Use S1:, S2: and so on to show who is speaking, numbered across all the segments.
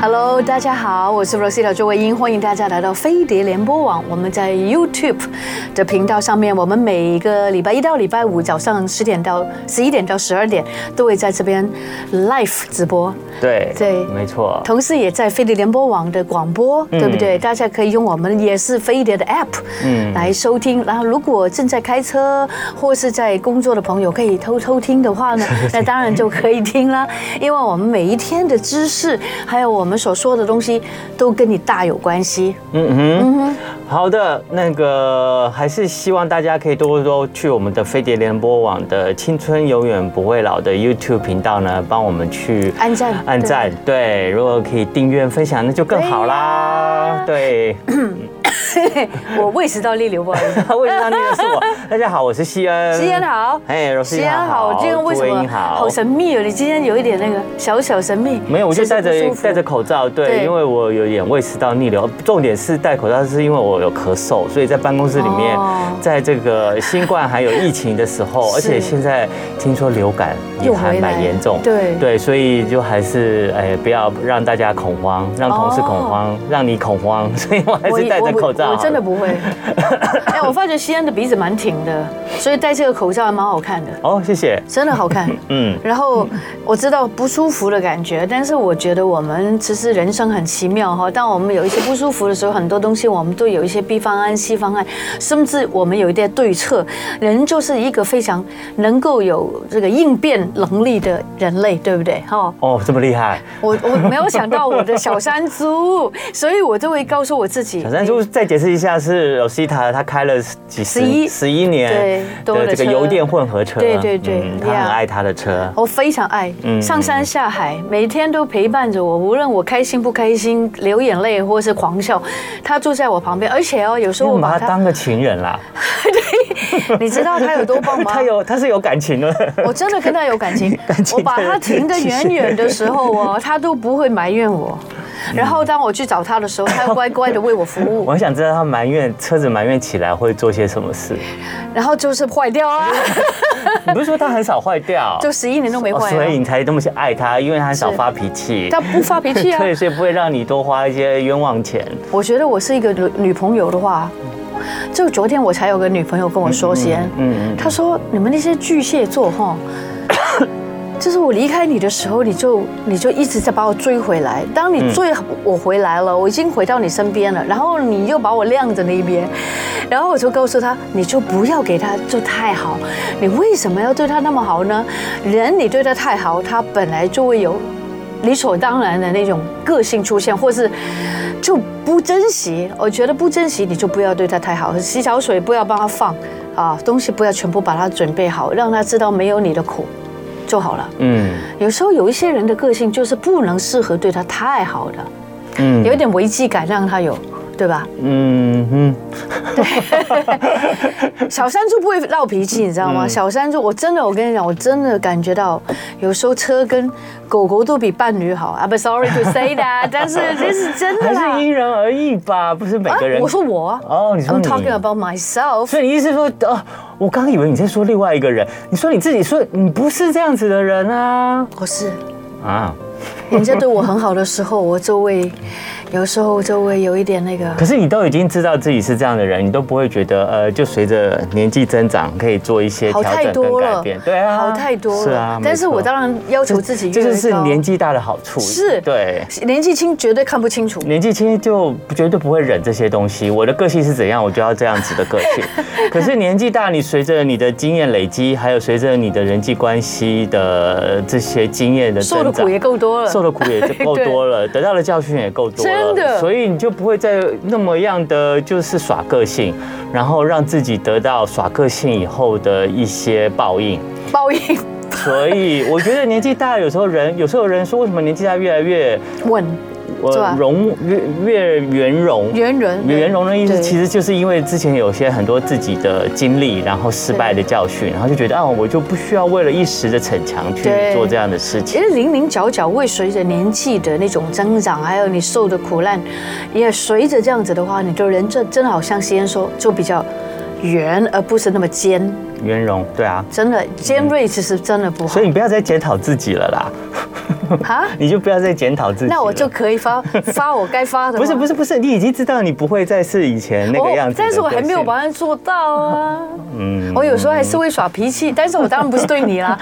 S1: Hello，大家好，我是 Rosita 周慧英，欢迎大家来到飞碟联播网。我们在 YouTube 的频道上面，我们每个礼拜一到礼拜五早上十点到十一点到十二点都会在这边 live 直播，
S2: 对
S1: 对
S2: 没错，
S1: 同时也在飞碟联播网的广播，对不
S2: 嗯
S1: 对？大家可以用我们也是飞碟的 App 来收听。然后，如果正在开车或是在工作的朋友，可以偷偷听的话 呢，那当然就可以听啦。因为我们每一天的知识，还有我们所说的东西，都跟你大有关系。
S2: 好的，那个还是希望大家可以多多去我们的飞碟联播网的“青春永远不会老”的 YouTube 频道呢，帮我们去
S1: 按赞
S2: 按赞，对，如果可以订阅分享，那就更好啦，对。
S1: 我胃食道逆流不好意思。
S2: 为什么那个是我？大家好，我是西恩，
S1: 西安好，
S2: 哎，罗西
S1: 西安好，今天为什么
S2: 好
S1: 好？神秘哦？你今天有一点那个小小神秘，
S2: 没有，我就戴
S1: 是不是
S2: 着
S1: 不舒服
S2: 戴着口罩，对，
S1: 对
S2: 因为我有点胃食道逆流。重点是戴口罩，是因为我有咳嗽，所以在办公室里面
S1: 哦，
S2: 在这个新冠还有疫情的时候，
S1: 是
S2: 而且现在听说流感也
S1: 又回
S2: 还
S1: 来
S2: 蛮严重，
S1: 对
S2: 对，所以就还是哎，不要让大家恐慌，让同事恐慌，让你恐慌， 所以我还
S1: 哦我
S2: 是戴着
S1: 我
S2: 口罩好了。
S1: 我真的不 会。哎，我发觉西安的鼻子蛮挺的，所以戴这个口罩还蛮好看的，
S2: 哦，谢谢，
S1: 真的好看。
S2: 嗯，
S1: 然后我知道不舒服的感觉，但是我觉得我们其实人生很奇妙哈。当我们有一些不舒服的时候，很多东西我们都有一些 B 方案、C 方案，甚至我们有一点对策。人就是一个非常能够有这个应变能力的人类，对不对？哈，
S2: 哦，这么厉害，
S1: 我我没有想到我的小山猪，所以我都会告诉我自己，
S2: 小山猪再解释一下，是 Rosita 她开了几十
S1: 11
S2: 十一
S1: 对
S2: 年
S1: 多
S2: 的
S1: 的
S2: 这个
S1: 车
S2: 油电混合车，
S1: 对对对
S2: 嗯她很
S1: yeah
S2: 爱她的车。
S1: 我非常爱，
S2: 嗯
S1: 上山下海，每天都陪伴着我，无论我开心不开心，流眼泪或是狂笑，他住在我旁边，而且哦，有时
S2: 因
S1: 候我
S2: 为我们把
S1: 把
S2: 她
S1: 他，
S2: 当个情人啦，
S1: 你知道 他有多 棒吗？
S2: 她有她是有感情的，
S1: 我真的跟他有感情，我把他停得远远的时候 哦，他都不会埋怨我。然后当我去找他的时候，他又乖乖的为我服务
S2: 我，很想知道她埋怨车子埋怨起来会做些什 么事。
S1: 然后就是坏掉 啦，
S2: 你不是说她很少坏掉，
S1: 就十一年都没
S2: 哦
S1: 坏
S2: 所以
S1: 啊。
S2: 你才那么去爱她，因为她很少
S1: 是
S2: 发脾 气。
S1: 他不发脾气啊，
S2: 对，所以不会让你多花一些冤枉钱。
S1: 我觉得我是一个女女朋友的话，就昨天我才有个女朋友跟我说，西安，
S2: 嗯
S1: 嗯
S2: 嗯嗯
S1: 她说你们那些巨蟹座哈，就是我离开你的时候，你就你就一直在把我追回来。当你追我回来了，我已经回到你身边了，然后你又把我晾在那边，然后我就告诉他，你就不要给他就太好，你为什么要对他那么好呢？人你对他太好，他本来就会有理所当然的那种个性出现，或是就不珍惜。我觉得不珍惜，你就不要对他太好，洗脚水不要帮他放啊，东西不要全部把它准备好，让他知道没有你的苦就好了。
S2: 嗯
S1: 有时候有一些人的个性就是不能适合对他太好的，
S2: 嗯
S1: 有一点危机感让他有，对吧？
S2: 嗯嗯，
S1: 小山猪不会闹脾气，你知道
S2: 嗯
S1: 吗？小山猪，我真的，我跟你讲，我真的感觉到，有时候车跟狗狗都比伴侣好啊。不，sorry to say that，但是这是真的
S2: 还
S1: 啦
S2: 是。因人而异吧，不是每
S1: 啊
S2: 个人。
S1: 我说我啊
S2: 哦你说
S1: I'm
S2: 你
S1: talking about myself。
S2: 所以你意思是说，哦，我刚以为你在说另外一个人，你说你自己说你不是这样子的人啊
S1: 我是
S2: 啊！
S1: 人家对我很好的时候，我就会有时候就会有一点那个
S2: 可。是你都已经知道自己是这样的人，你都不会觉得呃，就随着年纪增长可以做一些
S1: 好
S2: 调
S1: 太
S2: 整跟
S1: 多
S2: 改
S1: 了
S2: 变，，对啊，
S1: 好太多了。
S2: 是啊，
S1: 但是
S2: 没错
S1: 我当然要求自己
S2: 这
S1: 越来
S2: 就
S1: 越
S2: 是
S1: 高
S2: 年纪大的好处，
S1: 是
S2: 对。
S1: 年纪轻绝对看不清楚，
S2: 年纪轻就绝对不会忍这些东西。我的个性是怎样，我就要这样子的 个性。可是年纪大，你随着你的经验累积，还有随着你的人际关系的呃这些经验的增
S1: 受的
S2: 长
S1: 苦也够多了。
S2: 受的苦也就够多了，得到的教训也够多了，
S1: 真的
S2: 所以你就不会再那么样的就是耍个性，然后让自己得到耍个性以后的一些 报应。
S1: 报应
S2: 所以我觉得年纪大，有时候人有时候有人说为什么年纪大越来越
S1: 稳 是
S2: 我
S1: 吧
S2: 容越越圆融。
S1: 圆融对
S2: 圆融的意思
S1: 对
S2: 其实就是因为之前有些很多自己的经历，然后失败的教训，然后就觉得啊，我就不需要为了一时的逞强去
S1: 对
S2: 做这样的事情
S1: 其。实零零角角会随着年纪的那种增长，还有你受的苦难，也随着这样子的话，你的人这真的好像西恩说，就比较圆，而不是那么尖。
S2: 圆融，对啊，
S1: 真的尖锐其实真的不好
S2: 所以你不要再检讨自己了啦，
S1: 哈，
S2: 你就不要再检讨自己了。
S1: 那我就可以发发我该发的吗。
S2: 不是不是不是，你已经知道你不会再是以前那个样子的
S1: 哦
S2: 个性、
S1: 但是我还没有完全做到啊。
S2: 嗯哦
S1: 我有时候还是会耍脾气，但是我当然不是对你 啦，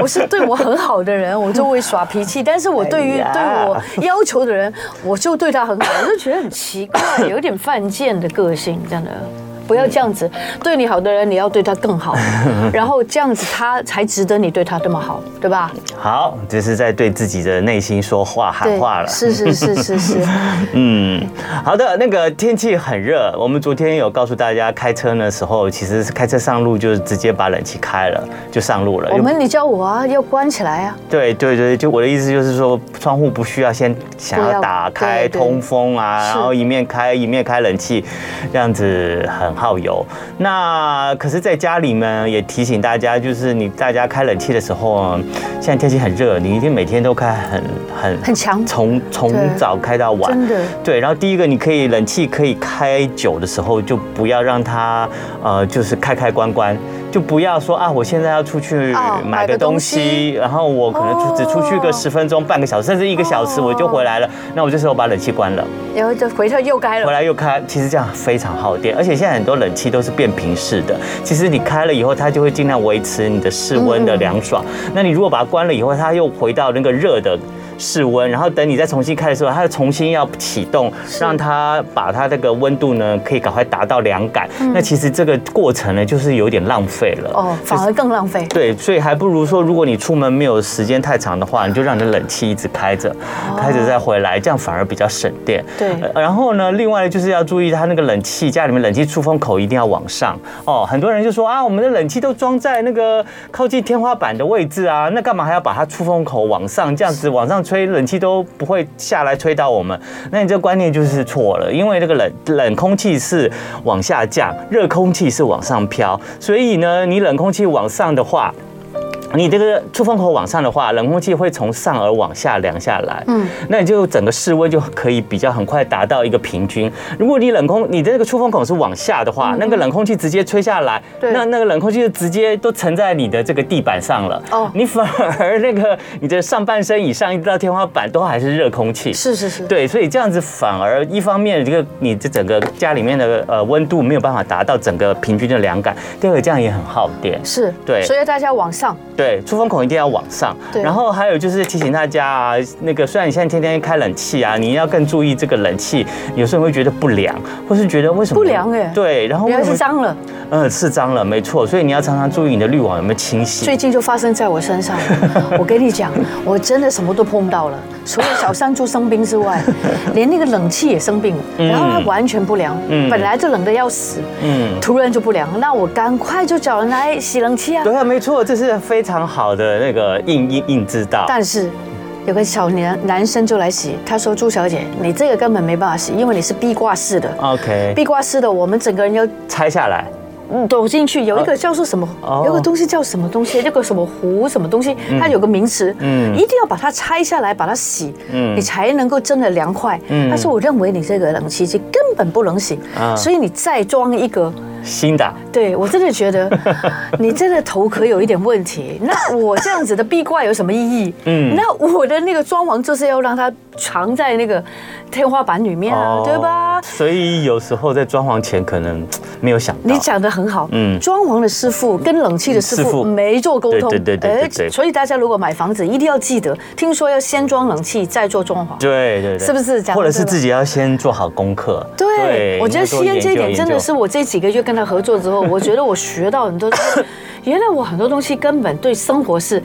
S1: 我是对我很好的人，我就会耍脾气。但是我对于
S2: 哎呀
S1: 对我要求的人，我就对他很好，我就觉得很奇怪，有点犯贱的个性，真的。不要这样子，对你好的人，你要对他更 好，然后这样子他才值得你对他这么好，对吧？
S2: 好，这是在对自己的内心说话喊
S1: 对
S2: 话了。
S1: 是是是是 是，
S2: 嗯，好的，那个天气很热，我们昨天有告诉大家，开车的时候其实是开车上路就是直接把冷气开了就上路了。
S1: 我
S2: 因为
S1: 们你叫我啊，要关起来啊，
S2: 对对对，就我的意思就是说，窗户不需要先想
S1: 不
S2: 要
S1: 要
S2: 打开
S1: 对对
S2: 通风啊，
S1: 是
S2: 然后一面开一面开冷气，这样子很耗油。那可是在家里呢，也提醒大家，就是你大家开冷气的时候啊，现在天气很热，你一定每天都开很很
S1: 很强
S2: 从从
S1: 对
S2: 早开到晚，
S1: 真的
S2: 对，然后第一个，你可以冷气可以开久的时候，就不要让它呃，就是开开关关，就不要说啊，我现在要出去
S1: 哦
S2: 买
S1: 买
S2: 个
S1: 个
S2: 东
S1: 东
S2: 西，
S1: 西
S2: 然后我可能就只出去个
S1: 哦
S2: 十分钟、半个小时，甚至一个小时，
S1: 哦
S2: 我就回来了。那我这时候把冷气关了，
S1: 然后就回头又该了
S2: 回。来又开，其实这样非常耗电，而且现在很多冷气都是变频式的，其实你开了以后，它就会尽量维持你的室温
S1: 嗯
S2: 的凉爽。那你如果把它关了以后，它又回到那个热的。室温，然后等你再重新开的时候，它又重新要启动，让它把它那个温度呢，可以赶快达到凉感。
S1: 嗯
S2: 那其实这个过程呢，就是有点浪费了。
S1: 哦，反而更浪费。
S2: 对，所以还不如说，如果你出门没有时间太长的话，你就让你的冷气一直开着，开着再回来，这样反而比较省电。
S1: 对
S2: 呃然后呢，另外就是要注意它那个冷气，家里面冷气出风口一定要往上哦。很多人就说啊，我们的冷气都装在那个靠近天花板的位置啊，那干嘛还要把它出风口往上？这样子往上吹，冷气都不会下来吹到我们。那你这个观念就是错了，因为那个冷冷空气是往下降，热空气是往上飘，所以呢，你冷空气往上的话。你这个出风口往上的话，冷空气会从上而往下凉下来，嗯，那你就整个室温就可以比较很快达到一个平均。如果你冷空你的那个出风口是往下的话，那个冷空气直接吹下来，
S1: 嗯对
S2: 那那个冷空气就直接都沉在你的这个地板上了，
S1: 哦
S2: 你反而那个你的上半身以上一直到天花板都还是热空气，
S1: 是是是，
S2: 对，所以这样子反而一方面，这个你这整个家里面的呃温度没有办法达到整个平均的凉感，第二个这样也很耗电。
S1: 是，
S2: 对
S1: 所以大家往上，
S2: 对，出风口一定要往上。
S1: 对
S2: 然后还有就是提醒大家啊，那个虽然你现在天天开冷气啊，你要更注意这个冷气，有时候会觉得不凉，或是觉得为什么
S1: 不凉欸
S2: 对，然后
S1: 原来是
S2: 为什么，
S1: 脏了。
S2: 嗯，是脏了，没错。所以你要常常注意你的滤网有没有清洗。
S1: 最近就发生在我身上了。 我跟你讲，我真的什么都碰到了，除了小山猪生病之外， 连那个冷气也生病了，然后它完全不凉，
S2: 嗯
S1: 本来就冷得要死，
S2: 嗯
S1: 突然就不凉，那我赶快就找人来洗冷气啊。
S2: 对啊，没错，这是非常好的那个硬硬硬之道。
S1: 但是有个小男男生就来洗，他说：“朱小姐，你这个根本没办法洗，因为你是壁挂式的。”
S2: 啊 OK，
S1: 壁挂式的，我们整个人要
S2: 拆下来。
S1: 走嗯进去，有一个叫做什么
S2: 哦，
S1: 有个东西叫什么东西，那个什么壶什么东西，它有个名词，
S2: 嗯
S1: 一定要把它拆下来，把它洗，
S2: 嗯
S1: 你才能够真的凉快。
S2: 嗯
S1: 但是我认为你这个冷气机根本不能洗
S2: 啊，
S1: 所以你再装一个。
S2: 新的啊，
S1: 对我真的觉得 你真的头壳有一点问题。那我这样子的壁挂有什么意义？嗯，
S2: 嗯
S1: 那我的那个装潢就是要让它藏在那个天花板里面啊，
S2: 哦
S1: 对吧？
S2: 所以有时候在装潢前可能没有想到。
S1: 你讲的很好，
S2: 嗯
S1: 嗯，装潢的师傅跟冷气的师
S2: 师傅
S1: 傅没做沟通，
S2: 对对对对对对
S1: 哎所以大家如果买房子一定要记得，听说要先装冷气再做装潢。
S2: 对对对，
S1: 是不是讲得
S2: 或者是
S1: 对吧
S2: 自己要先做好功课。
S1: 对，我觉得
S2: 多
S1: 西安这一
S2: 研
S1: 点
S2: 究
S1: 真的
S2: 研
S1: 是
S2: 究
S1: 我这几个月跟他合作之后，我觉得我学到很多东 西，原来我很多东西根本对生活是。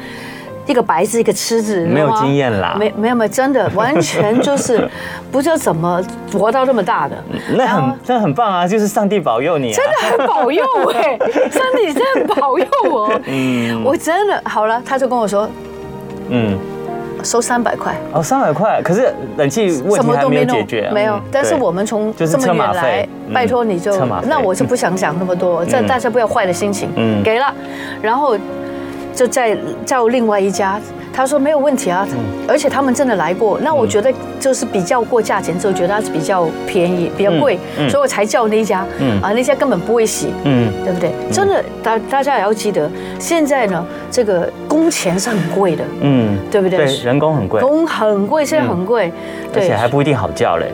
S1: 一个白字，一个吃字，你知道
S2: 没有
S1: 吗
S2: 经验啦
S1: 没没有没有，真的完全就是不知道怎么活到这么大的，
S2: 那很那很棒啊，就是上帝保佑你啊
S1: 真。的很保佑哎、上帝
S2: 嗯
S1: 真的很保佑我，我真的好了，他就跟我说，
S2: 嗯，
S1: 收三百块，
S2: 哦，三百块，可是冷气问
S1: 什
S2: 题
S1: 么
S2: 还
S1: 都
S2: 没有
S1: 弄
S2: 解决啊，
S1: 没有
S2: 嗯。
S1: 但是
S2: 对
S1: 我们从
S2: 就是
S1: 这么
S2: 车
S1: 远
S2: 马
S1: 来
S2: 费，
S1: 拜托
S2: 嗯
S1: 你就
S2: 车马，费
S1: 那我就不想想那么多，这
S2: 嗯
S1: 大家不要坏了心情，
S2: 嗯
S1: 给了，然后就再叫另外一家。他说没有问题啊，
S2: 嗯
S1: 而且他们真的来过。那我觉得就是比较过价钱之后，觉得它是比较便宜、比较贵，
S2: 嗯嗯
S1: 所以我才叫那一家。
S2: 嗯
S1: 啊，那家根本不会洗，
S2: 嗯，
S1: 对不对？真的，大大家也要记得，现在呢，这个工钱是很贵的，
S2: 嗯，
S1: 对不对？
S2: 对，人工很贵，
S1: 工很贵，现在很贵，
S2: 而且还不一定好叫嘞。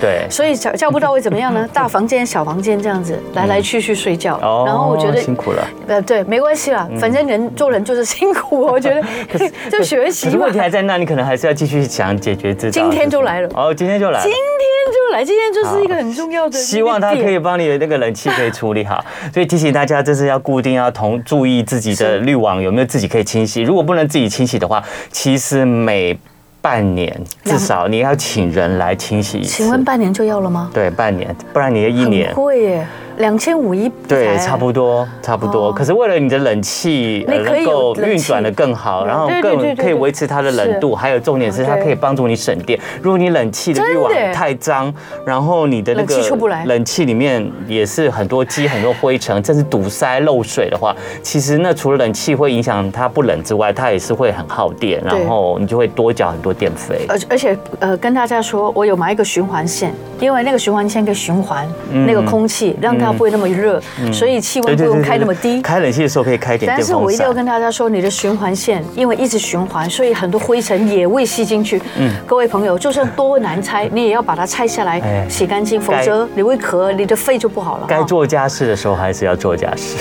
S2: 对，
S1: 所以叫叫不到会怎么 样呢？大房间、小房间这样子来来去去睡觉，
S2: 嗯 哦，
S1: 然后我觉得
S2: 辛苦了。嗯
S1: 呃对，没关系啦，反正人做人就是辛 苦，我觉得 就学习
S2: 可是
S1: 嘛。
S2: 问题还在那，你可能还是要继续想解决自己。
S1: 今天就来了
S2: 哦，今天就来了
S1: 今。天就来，今天就是一个很重要的一个点，
S2: 希望他可以帮你的那个冷气可以处理好， 所以提醒大家，这是要固定要同注意自己的
S1: 是
S2: 滤网有没有自己可以清洗。如果不能自己清洗的话，其实每半年至少你要请人来清洗一次。
S1: 请问半年就要了吗？
S2: 对，半年，不然你要一年
S1: 很。贵耶，两千五一
S2: 对，差不
S1: 多。
S2: 多，差不多。
S1: 哦
S2: 可是为了你的冷气呃
S1: 你可以
S2: 能
S1: 有
S2: 够
S1: 冷气
S2: 运转的更
S1: 嗯
S2: 好，然后
S1: 对对对
S2: 更
S1: 对
S2: 可
S1: 对
S2: 以维持它的冷度，还有重点是它
S1: 对
S2: 可以帮助你省电。如果你冷气的
S1: 真的
S2: 滤网
S1: 耶
S2: 太脏，然后你的那
S1: 冷气出不
S2: 个
S1: 来
S2: 冷气里面也是很多积很多灰尘，甚至堵塞漏水的话，其实那除了冷气会影响它不冷之外，它也是会很耗电，
S1: 对
S2: 然后你就会多缴很多电费。
S1: 而而且呃，跟大家说，我有买一个循环线，因为那个循环线可以循环
S2: 嗯
S1: 那个空气，让它不会那么热，所以气温不用开那么低。
S2: 开冷气的时候可以开一点
S1: 但
S2: 电
S1: 是我
S2: 风
S1: 一定要
S2: 扇。
S1: 跟大家说，你的循环线因为一直循环，所以很多灰尘也会吸进去。嗯，各位朋友，就算多难拆，你也要把它拆下
S2: 哎
S1: 来洗干净，否
S2: 该
S1: 则你会咳，你的肺就不好了。
S2: 该
S1: 哈。
S2: 做家事的时候还是要做家 事，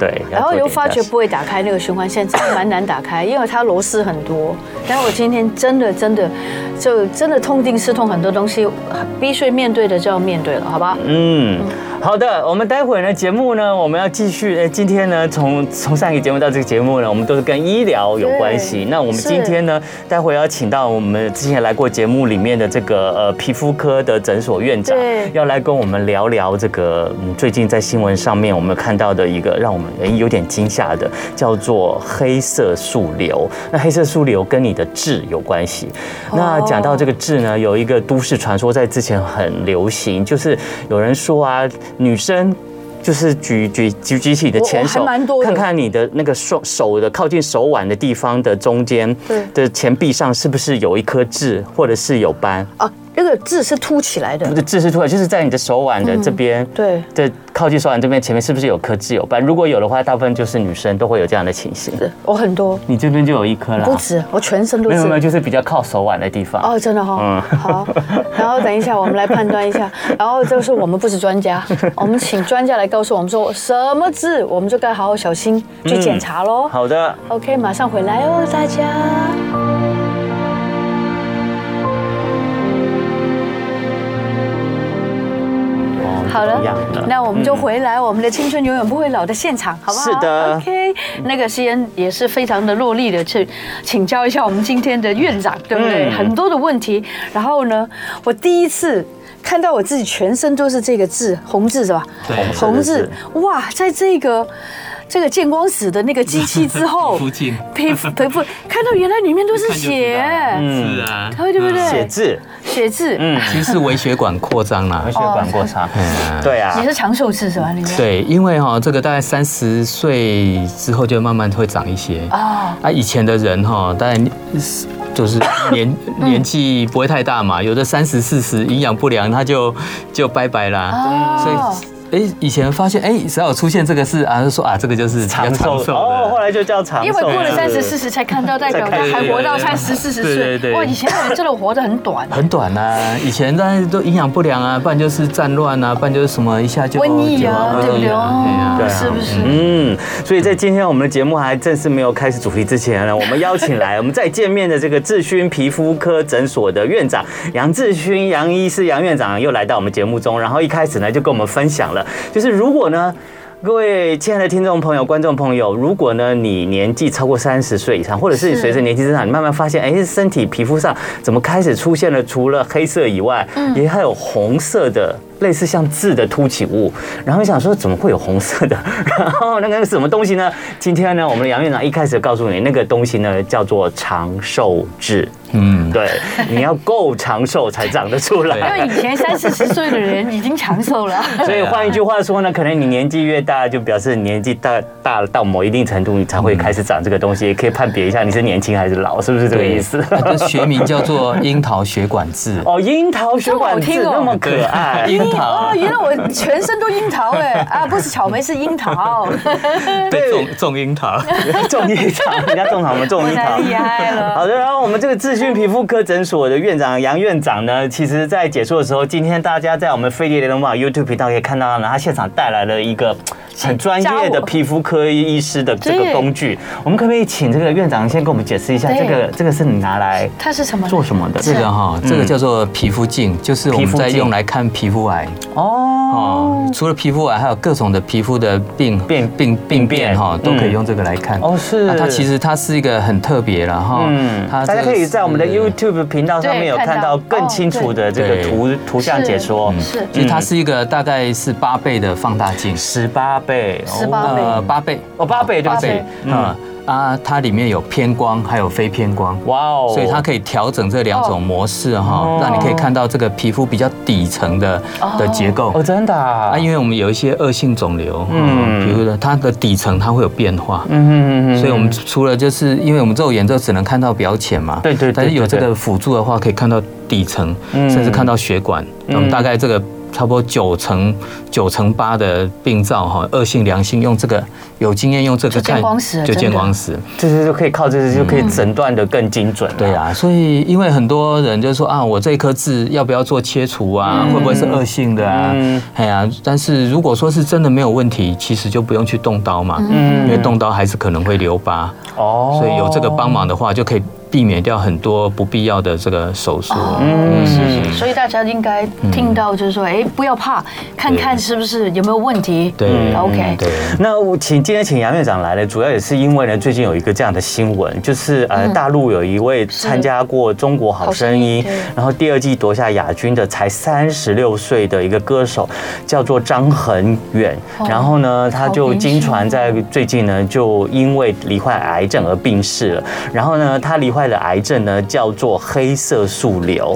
S2: 对。要
S1: 然后
S2: 做
S1: 又
S2: 点
S1: 发
S2: 家
S1: 觉
S2: 事
S1: 不会打开那个循环线，真的蛮难打开，因为它螺丝很多。但我今天真的真的就真的痛定思痛，很多东西必须面对的就要面对了，好吧？
S2: 嗯，好的，我们待会儿呢节目呢，我们要继续。呃，今天呢，从从上一个节目到这个节目呢，我们都是跟医疗有关系
S1: 对。
S2: 那我们
S1: 是
S2: 今天呢，待会儿要请到我们之前来过节目里面的这个呃皮肤科的诊所院长
S1: 对，
S2: 要来跟我们聊聊这个嗯最近在新闻上面我们看到的一个让我们诶有点惊吓的，叫做黑色素瘤。那黑色素瘤跟你的痣有关系。
S1: 哦
S2: 那讲到这个痣呢，有一个都市传说在之前很流行，就是有人说啊，女生。就是举举举举起你的前
S1: 我
S2: 手，
S1: 我还蛮多的
S2: 看看你的那个手手的靠近手腕的地方的中间
S1: 对
S2: 的前臂上是不是有一颗痣，或者是有斑？
S1: 哦，那个痣是凸起来的
S2: 不，是痣是突然，就是在你的手腕的这边，
S1: 对。
S2: 对，靠近手腕这边前面是不是有颗痣有斑？如果有的话，大部分就是女生都会有这样的情形。
S1: 我很多，
S2: 你这边就有一颗啦，
S1: 不止，我全身都
S2: 没有没有，
S1: 是。
S2: 就是比较靠手腕的地方。
S1: 哦，真的哈、
S2: 嗯
S1: 好。然后等一下，我们来判断一 下。然后就是我们不是专家，我们请专家来告诉我们说什么痣，我们就该好好小心去检查喽。
S2: 嗯好的，
S1: OK，马上回来哦，大家。
S2: 哦
S1: 好
S2: 不一样
S1: 了，那我们就回来我们的青春永远不会老的现场，好不好？
S2: 是的
S1: ，OK。那个西恩也是非常的落力的去请教一下我们今天的院长，对不对？
S2: 嗯
S1: 很多的问题。然后呢，我第一次。看到我自己全身都是这个痣，红痣是吧？
S3: 对，
S1: 红
S2: 红色的
S1: 痣，哇，在这个这个见光死的那个机器之后
S3: 附近
S1: 皮肤皮肤看到原来里面都是
S3: 看就知道
S1: 血，
S2: 嗯
S3: 是啊，
S1: 对对不对？哦
S2: 写字，
S1: 血痣，
S2: 嗯，
S3: 其实是微血管扩张 啦
S2: 微。血管过长，
S3: 嗯
S2: 对啊
S1: 你，是长寿痣是吧？里面
S3: 对，因为哈、这个大概三十岁之后就慢慢会长一些。
S1: 哦，
S3: 啊，以前的人哈、当然就是年
S1: 嗯
S3: 年纪不会太大嘛，有的三十四十营养不良，他就就拜拜啦。所
S1: 哦，
S3: 以。哎，以前发现哎，只要有出现这个事啊，就说啊，这个就是比较
S2: 长寿
S3: 的
S2: 哦，后来就叫长寿，
S1: 因为过了
S2: 是
S1: 三十四十才看到，代表他还活到三十四十
S3: 对对
S1: 岁。
S3: 对
S1: 哇，以前我真的活得很短，
S3: 很短啊，以前大家都营养不良啊，不然就是战乱啊，不然就是什么一下就
S1: 瘟疫啊，
S3: 就
S1: 对不对？
S3: 哎呀
S1: 哦
S2: 对啊
S1: 是不是？
S2: 嗯，所以在今天我们的节目还正式没有开始主题之前呢，我们邀请来 我们再见面的这个志勋皮肤科诊所的院长杨志勋杨医师杨院长又来到我们节目中，然后一开始呢就跟我们分享了，就是如果呢。各位亲爱的听众朋友、观众朋友，如果呢你年纪超过三十岁以上，或者是你
S1: 是
S2: 随着年纪增长，你慢慢发现，哎，身体皮肤上怎么开始出现了除了黑色以外，也还有红色的类似像痣的凸起物，然后你想说怎么会有红色的？ 然后那个是什么东西呢？今天呢，我们的杨院长一开始告诉你，那个东西呢叫做长寿痣。
S3: 嗯，
S2: 对，你要够长寿才长得出
S3: 对
S2: 来。
S1: 因为以前三四十岁的人已经长寿了，
S2: 所以换一句话说呢，可能你年纪越大，就表示你年纪大大了到某一定程度，你才会开始长这个东西，也可以判别一下你是年轻还是老，是不啊是这个意思？
S3: 它的学名叫做樱桃血管痣。
S2: 哦，樱桃血
S1: 这
S2: 管
S1: 么好
S2: 痣
S1: 听哦
S2: 那么可爱，
S3: 樱桃
S1: 哦，原来我全身都樱桃哎啊，不是草莓是樱桃，
S3: 对，种种樱桃。
S2: 种樱桃，人家种桃，我们种樱
S1: 太
S2: 桃。
S1: 厉害了。
S2: 好的，然后我们这个智讯皮肤科诊所的院长杨院长呢，其实在解说的时候，今天大家在我们飞碟联盟网 YouTube 频道可以看到呢，他现场带来了一个很专业的皮肤科医师的这个工具。我们可不可以请这个院长先给我们解释一下，
S1: 对
S2: 这个这个是你拿来
S1: 它是什么呢？
S2: 做什么的？
S3: 这个哈，
S2: 嗯
S3: 这个叫做皮肤镜，就是我
S2: 皮
S3: 们
S2: 肤
S3: 在
S2: 镜
S3: 用来看皮肤癌。
S2: 哦
S3: 哦，除了皮肤癌，还有各种的皮肤的病
S2: 变
S3: 病病变
S2: 变
S3: 哈，都可以
S2: 嗯
S3: 用这个来看。
S2: 哦是
S3: 那它啊其实它是一个很特别了哈。
S2: 嗯，
S3: 它
S2: 大家
S3: 这个
S2: 可以在我们的
S3: 是
S2: YouTube 频道上面有
S1: 对看
S2: 看
S1: 到
S2: 到更清楚的这个
S3: 对
S2: 图图像解说，
S1: 是
S3: 其实它是一个大概是八倍的放大镜，
S2: 十八倍，
S1: 18
S2: 哦
S1: 倍
S3: 呃，八倍，
S2: 哦八倍对
S3: 八
S2: 不起
S3: 倍，，
S2: 嗯
S3: 嗯，啊，它里面有偏光，还有非偏光。
S2: 哇哦，
S3: 所以它可以调整这两种模式哈
S2: 哦，
S3: 让你可以看到这个皮肤比较底层的的结构
S2: 哦，真的啊，
S3: 啊，因为我们有一些恶性肿瘤，
S2: 嗯
S3: 嗯，比如说它的底层它会有变化，
S2: 嗯
S3: 所以我们除了就是因为我们肉眼就只能看到表浅嘛，
S2: 对对对
S3: 但是有这
S2: 对对
S3: 个辅助的话，可以看到底层，
S2: 嗯
S3: 甚至看到血管，那我们大概这个。差不多九成九成八的病灶哈，恶性良性，用这个有经验用这
S1: 就
S3: 个
S1: 见
S3: 看
S1: 光死了
S3: 就
S1: 真
S3: 见
S1: 的
S3: 光死。
S2: 这些就可以靠这些就可以诊断的更精准。
S3: 嗯对，啊，所以因为很多人就说啊，我这一颗痣要不要做切除啊？会不会是恶性的啊
S2: 嗯？
S3: 哎呀、但是如果说是真的没有问题，其实就不用去动刀嘛，
S2: 嗯
S3: 因为动刀还是可能会留疤，
S2: 哦
S3: 所以有这个帮忙的话，就可以避免掉很多不必要的这个手术。
S2: 嗯
S1: 是是，所以大家应该听到就是说，哎，不要怕，看看是不是有没有问题。
S3: 对
S1: 嗯，OK，
S3: 对，
S2: 那我请今天请杨院长来呢，主要也是因为呢，最近有一个这样的新闻，就是呃，大陆有一位参加过《中国好声音
S1: 嗯好声音》，
S2: 然后第二季夺下亚军的，才三十六岁的一个歌手，叫做张恒远。
S1: 哦
S2: 然后呢，他
S1: 好
S2: 就
S1: 年
S2: 经
S1: 轻
S2: 传在最近呢，就因为罹患癌症而病逝了。然后呢，他罹患的癌症呢叫做黑色素瘤。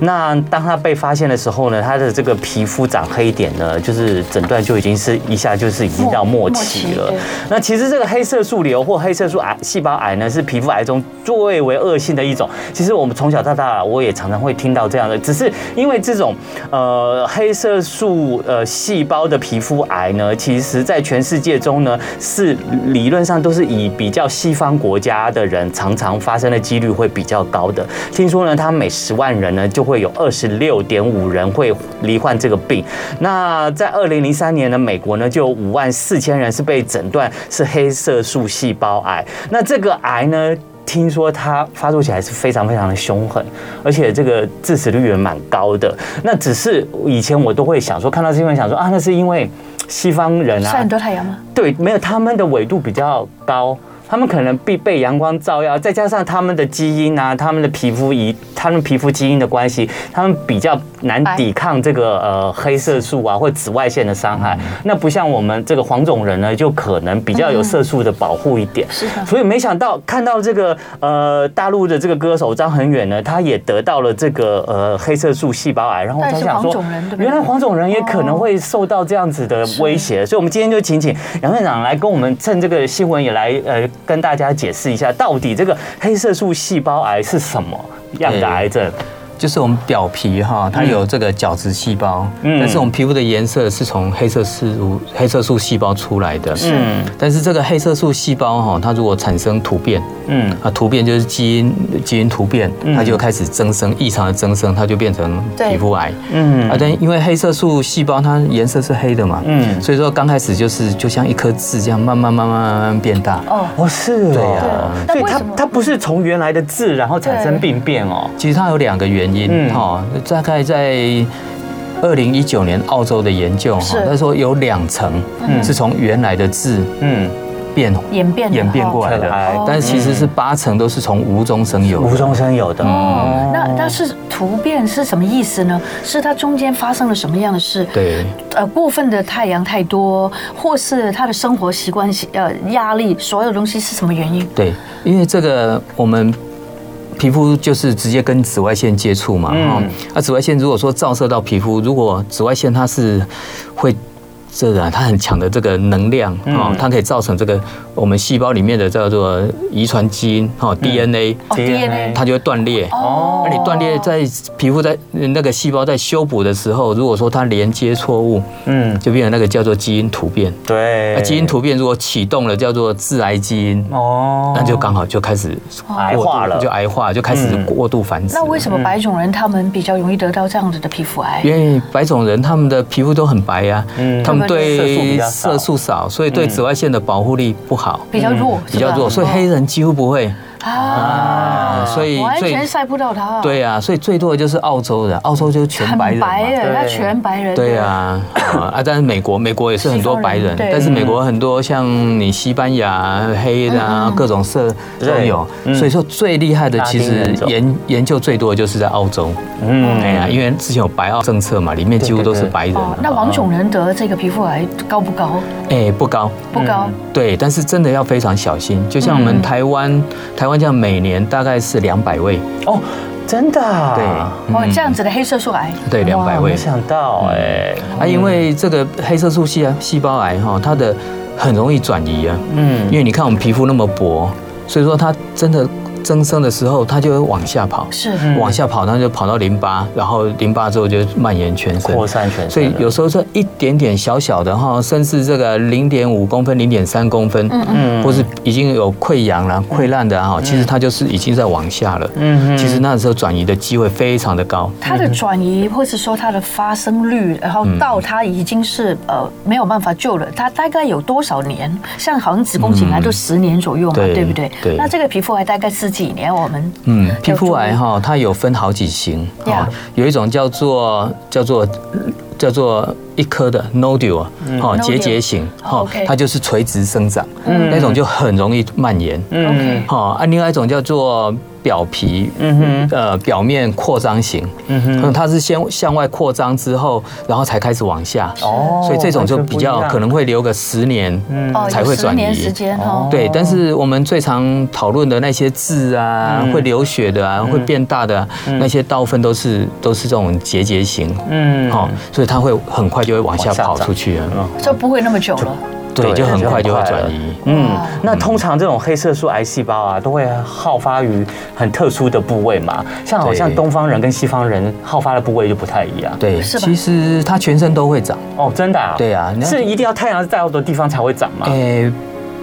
S2: 那当他被发现的时候呢，他的这个皮肤长黑点呢，就是诊断就已经是一下就是已经到末期
S1: 末
S2: 了
S1: 期对。
S2: 那其实这个黑色素瘤或黑色素癌细胞癌呢，是皮肤癌中最为恶性的一种。其实我们从小到大，我也常常会听到这样的，只是因为这种呃黑色素呃细胞的皮肤癌呢，其实在全世界中呢，是理论上都是以比较西方国家的人常常发生的几率会比较高的。听说呢，他每十万人呢就会有二十六点五人会罹患这个病。那在二零零三年呢，美国呢就有五万四千人是被诊断是黑色素细胞癌。那这个癌呢？听说它发作起来是非常非常的凶狠，而且这个致死率也蛮高的。那只是以前我都会想说，看到新闻想说啊，那是因为西方人啊，
S1: 晒很多太阳吗？
S2: 对，没有他们的纬度比较高，他们可能必被阳光照耀，再加上他们的基因啊，他们的皮肤仪，他们皮肤基因的关系，他们比较难
S1: 白
S2: 抵抗这个呃黑色素啊或紫外线的伤害。那不像我们这个黄种人呢，就可能比较有色素的保护一点。
S1: 是的。
S2: 所以没想到看到这个呃大陆的这个歌手张恒远呢，他也得到了这个呃黑色素细胞癌，然后我
S1: 但
S2: 才
S1: 是
S2: 想
S1: 黄
S2: 说
S1: 种人对不，哦对
S2: 原来黄种人也可能会受到这样子的威胁，所以我们今天就请请杨院长来跟我们趁这个新闻也来呃跟大家解释一下，到底这个黑色素细胞癌是什么样的癌症？
S3: 就是我们表皮哈，它有这个角质细胞，
S2: 嗯
S3: 但是我们皮肤的颜色是从黑色素黑色素细胞出来的，
S2: 嗯
S3: 但是这个黑色素细胞哈，它如果产生突变，
S2: 嗯
S3: 啊，突变就是基因基因突变，它就开始增生，异常的增生，它就变成
S1: 对
S3: 皮肤癌。
S2: 嗯
S3: 啊，但因为黑色素细胞它颜色是黑的嘛，
S2: 嗯
S3: 嗯，所以说刚开始就是就像一颗痣这样慢慢慢慢慢慢变大。
S1: 哦，
S2: 哦是
S3: 对
S2: 哦
S3: 啊，
S2: 所
S1: 对那
S2: 以
S1: 为
S2: 它
S1: 什么
S2: 它不是从原来的痣然后产生病变哦，
S3: 其实它有两个原因
S2: 嗯
S3: 哈、大概在二零一九年澳洲的研究
S1: 是
S3: 哈，他说有两成
S2: 嗯
S3: 是从原来的痣
S2: 嗯
S3: 变
S1: 演变的
S3: 演变过来
S2: 哦
S3: 的
S2: 哦，
S3: 但是其实是八成都是从无中生有的。
S2: 无中生有的。
S1: 哦，那那是突变是什么意思呢？是它中间发生了什么样的事？
S3: 对，
S1: 呃，过分的太阳太多，或是他的生活习惯、呃压力，所有东西是什么原因？
S3: 对，因为这个我们皮肤就是直接跟紫外线接触嘛，
S2: 嗯
S3: 哈、那紫外线如果说照射到皮肤，如果紫外线它是会。这个、啊、它很强的这个能量
S2: 嗯
S3: 哦，它可以造成这个我们细胞里面的叫做遗传基因
S2: 嗯
S3: 哦 DNA，
S1: 哦 DNA
S3: 它就会断裂。
S1: 哦
S3: 那你断裂在皮肤在那个细胞在修补的时候，如果说它连接错误，
S2: 嗯，
S3: 就变成那个叫做基因突变。
S2: 对
S3: 那，基因突变如果启动了，叫做致癌基因。
S2: 哦，
S3: 那就刚好就开始
S2: 癌
S3: 过
S2: 化
S3: 度
S2: 了，
S3: 就癌化，就开始
S2: 嗯
S3: 过度繁殖。
S1: 哦那为什么白种人他们比较容易得到这样子的皮肤癌？
S3: 因为白种人他们的皮肤都很白呀、
S2: 嗯
S3: 他们
S2: 色素比
S3: 对
S2: 较少嗯
S3: 色素少，所以对紫外线的保护力不好，
S1: 比较弱，是吧
S3: 嗯比较弱，所以黑人几乎不会。
S1: 啊，
S3: 啊所以
S1: 完
S3: 最
S1: 全晒不到它。，
S3: 对呀、所以最多的就是澳洲人，澳洲就是全
S1: 很白
S3: 白人嘛。
S1: 耶，
S2: 对
S1: 他全白人。
S3: 对呀、啊，啊，但是美国，美国也是很多白人
S1: 西方人，对
S3: 但是
S2: 嗯
S3: 美国很多像你西班牙黑的
S1: 嗯
S3: 啊，各种色都有，
S2: 嗯
S3: 所以说最厉害的其
S2: 拉丁
S3: 实
S2: 人种
S3: 研研究最多的就是在澳洲。
S2: 嗯
S3: 哎呀，因为之前有白澳政策嘛，里面几乎都是白人
S1: 哦
S3: 啊。，
S1: 那黄种人得这个皮肤癌高不高？
S3: 哎不高，
S1: 不高。
S3: 对，但是真的要非常小心。就像我
S1: 嗯
S3: 们台湾，台湾这样每年大概是两百位，
S2: 哦，真的啊，
S3: 对
S1: 哦，这样子的黑色素癌。
S3: 嗯对，两百
S2: 哇
S3: 位
S2: 没想到哎，
S3: 啊，因为这个黑色素细啊细胞癌哈，它的很容易转移啊，
S2: 嗯
S3: 因为你看我们皮肤那么薄，所以说它真的增生的时候，它就会往下跑，
S1: 是，
S2: 嗯
S3: 往下跑，它就跑到淋巴，然后淋巴之后就蔓延全身，
S2: 扩散全身，
S3: 所以有时候这一点点小小的哈，甚至这个零点五公分、零点三公分，嗯嗯，或是已经有溃疡啦、溃烂的哈，其实它就是已经在往下了。
S2: 嗯
S3: 其实那时候转移的机会非常的高。
S1: 它的转移，或是说它的发生率，然后到它已经是呃没有办法救了，它大概有多少年？像好像子宫颈癌都十年左右嘛，
S3: 对
S1: 对不对？
S3: 对
S1: 那这个皮肤癌大概是几年？我们
S3: 嗯
S1: 要，
S3: 皮肤癌
S1: 注意
S3: 哈，它有分好几型哈
S1: Yeah，
S3: 有一种叫做叫做叫做一颗的 nodule 啊哈
S1: Nodule
S3: 结节型哈
S1: OK，
S3: 它就是垂直生长，那种就很容易蔓延。
S1: 嗯
S2: 嗯
S1: OK
S3: 好、啊，另外一种叫做表皮，嗯哼，呃，表面扩张型，嗯哼，它是先向外扩张之后，然后才开始往下，
S2: 哦
S3: 所以这种就比较
S2: 完全不一样
S3: 可能会留个十年，
S1: 哦
S3: 嗯才
S1: 有
S3: 会
S1: 十
S3: 转
S1: 年
S3: 移
S1: 时。间哦。
S3: 对，但是我们最常讨论的那些痣啊，会流血的啊，会变大的、啊那些刀分都是都是这种结节型，
S2: 嗯
S3: 哦，所以它会很快就会往下
S2: 往下
S3: 跑
S2: 长
S3: 出去啊，
S1: 就不会那么久了。
S3: 对，就很快就会转移。
S2: 嗯，那通常这种黑色素癌细胞啊，都会好发于很特殊的部位嘛，像好像
S3: 对
S2: 东方人跟西方人好发的部位就不太一样。
S3: 对，
S1: 是吧
S3: 其实它全身都会长，
S2: 哦，真的啊？
S3: 对啊你要
S2: 是一定要太阳照的地方才会长吗？
S3: 诶、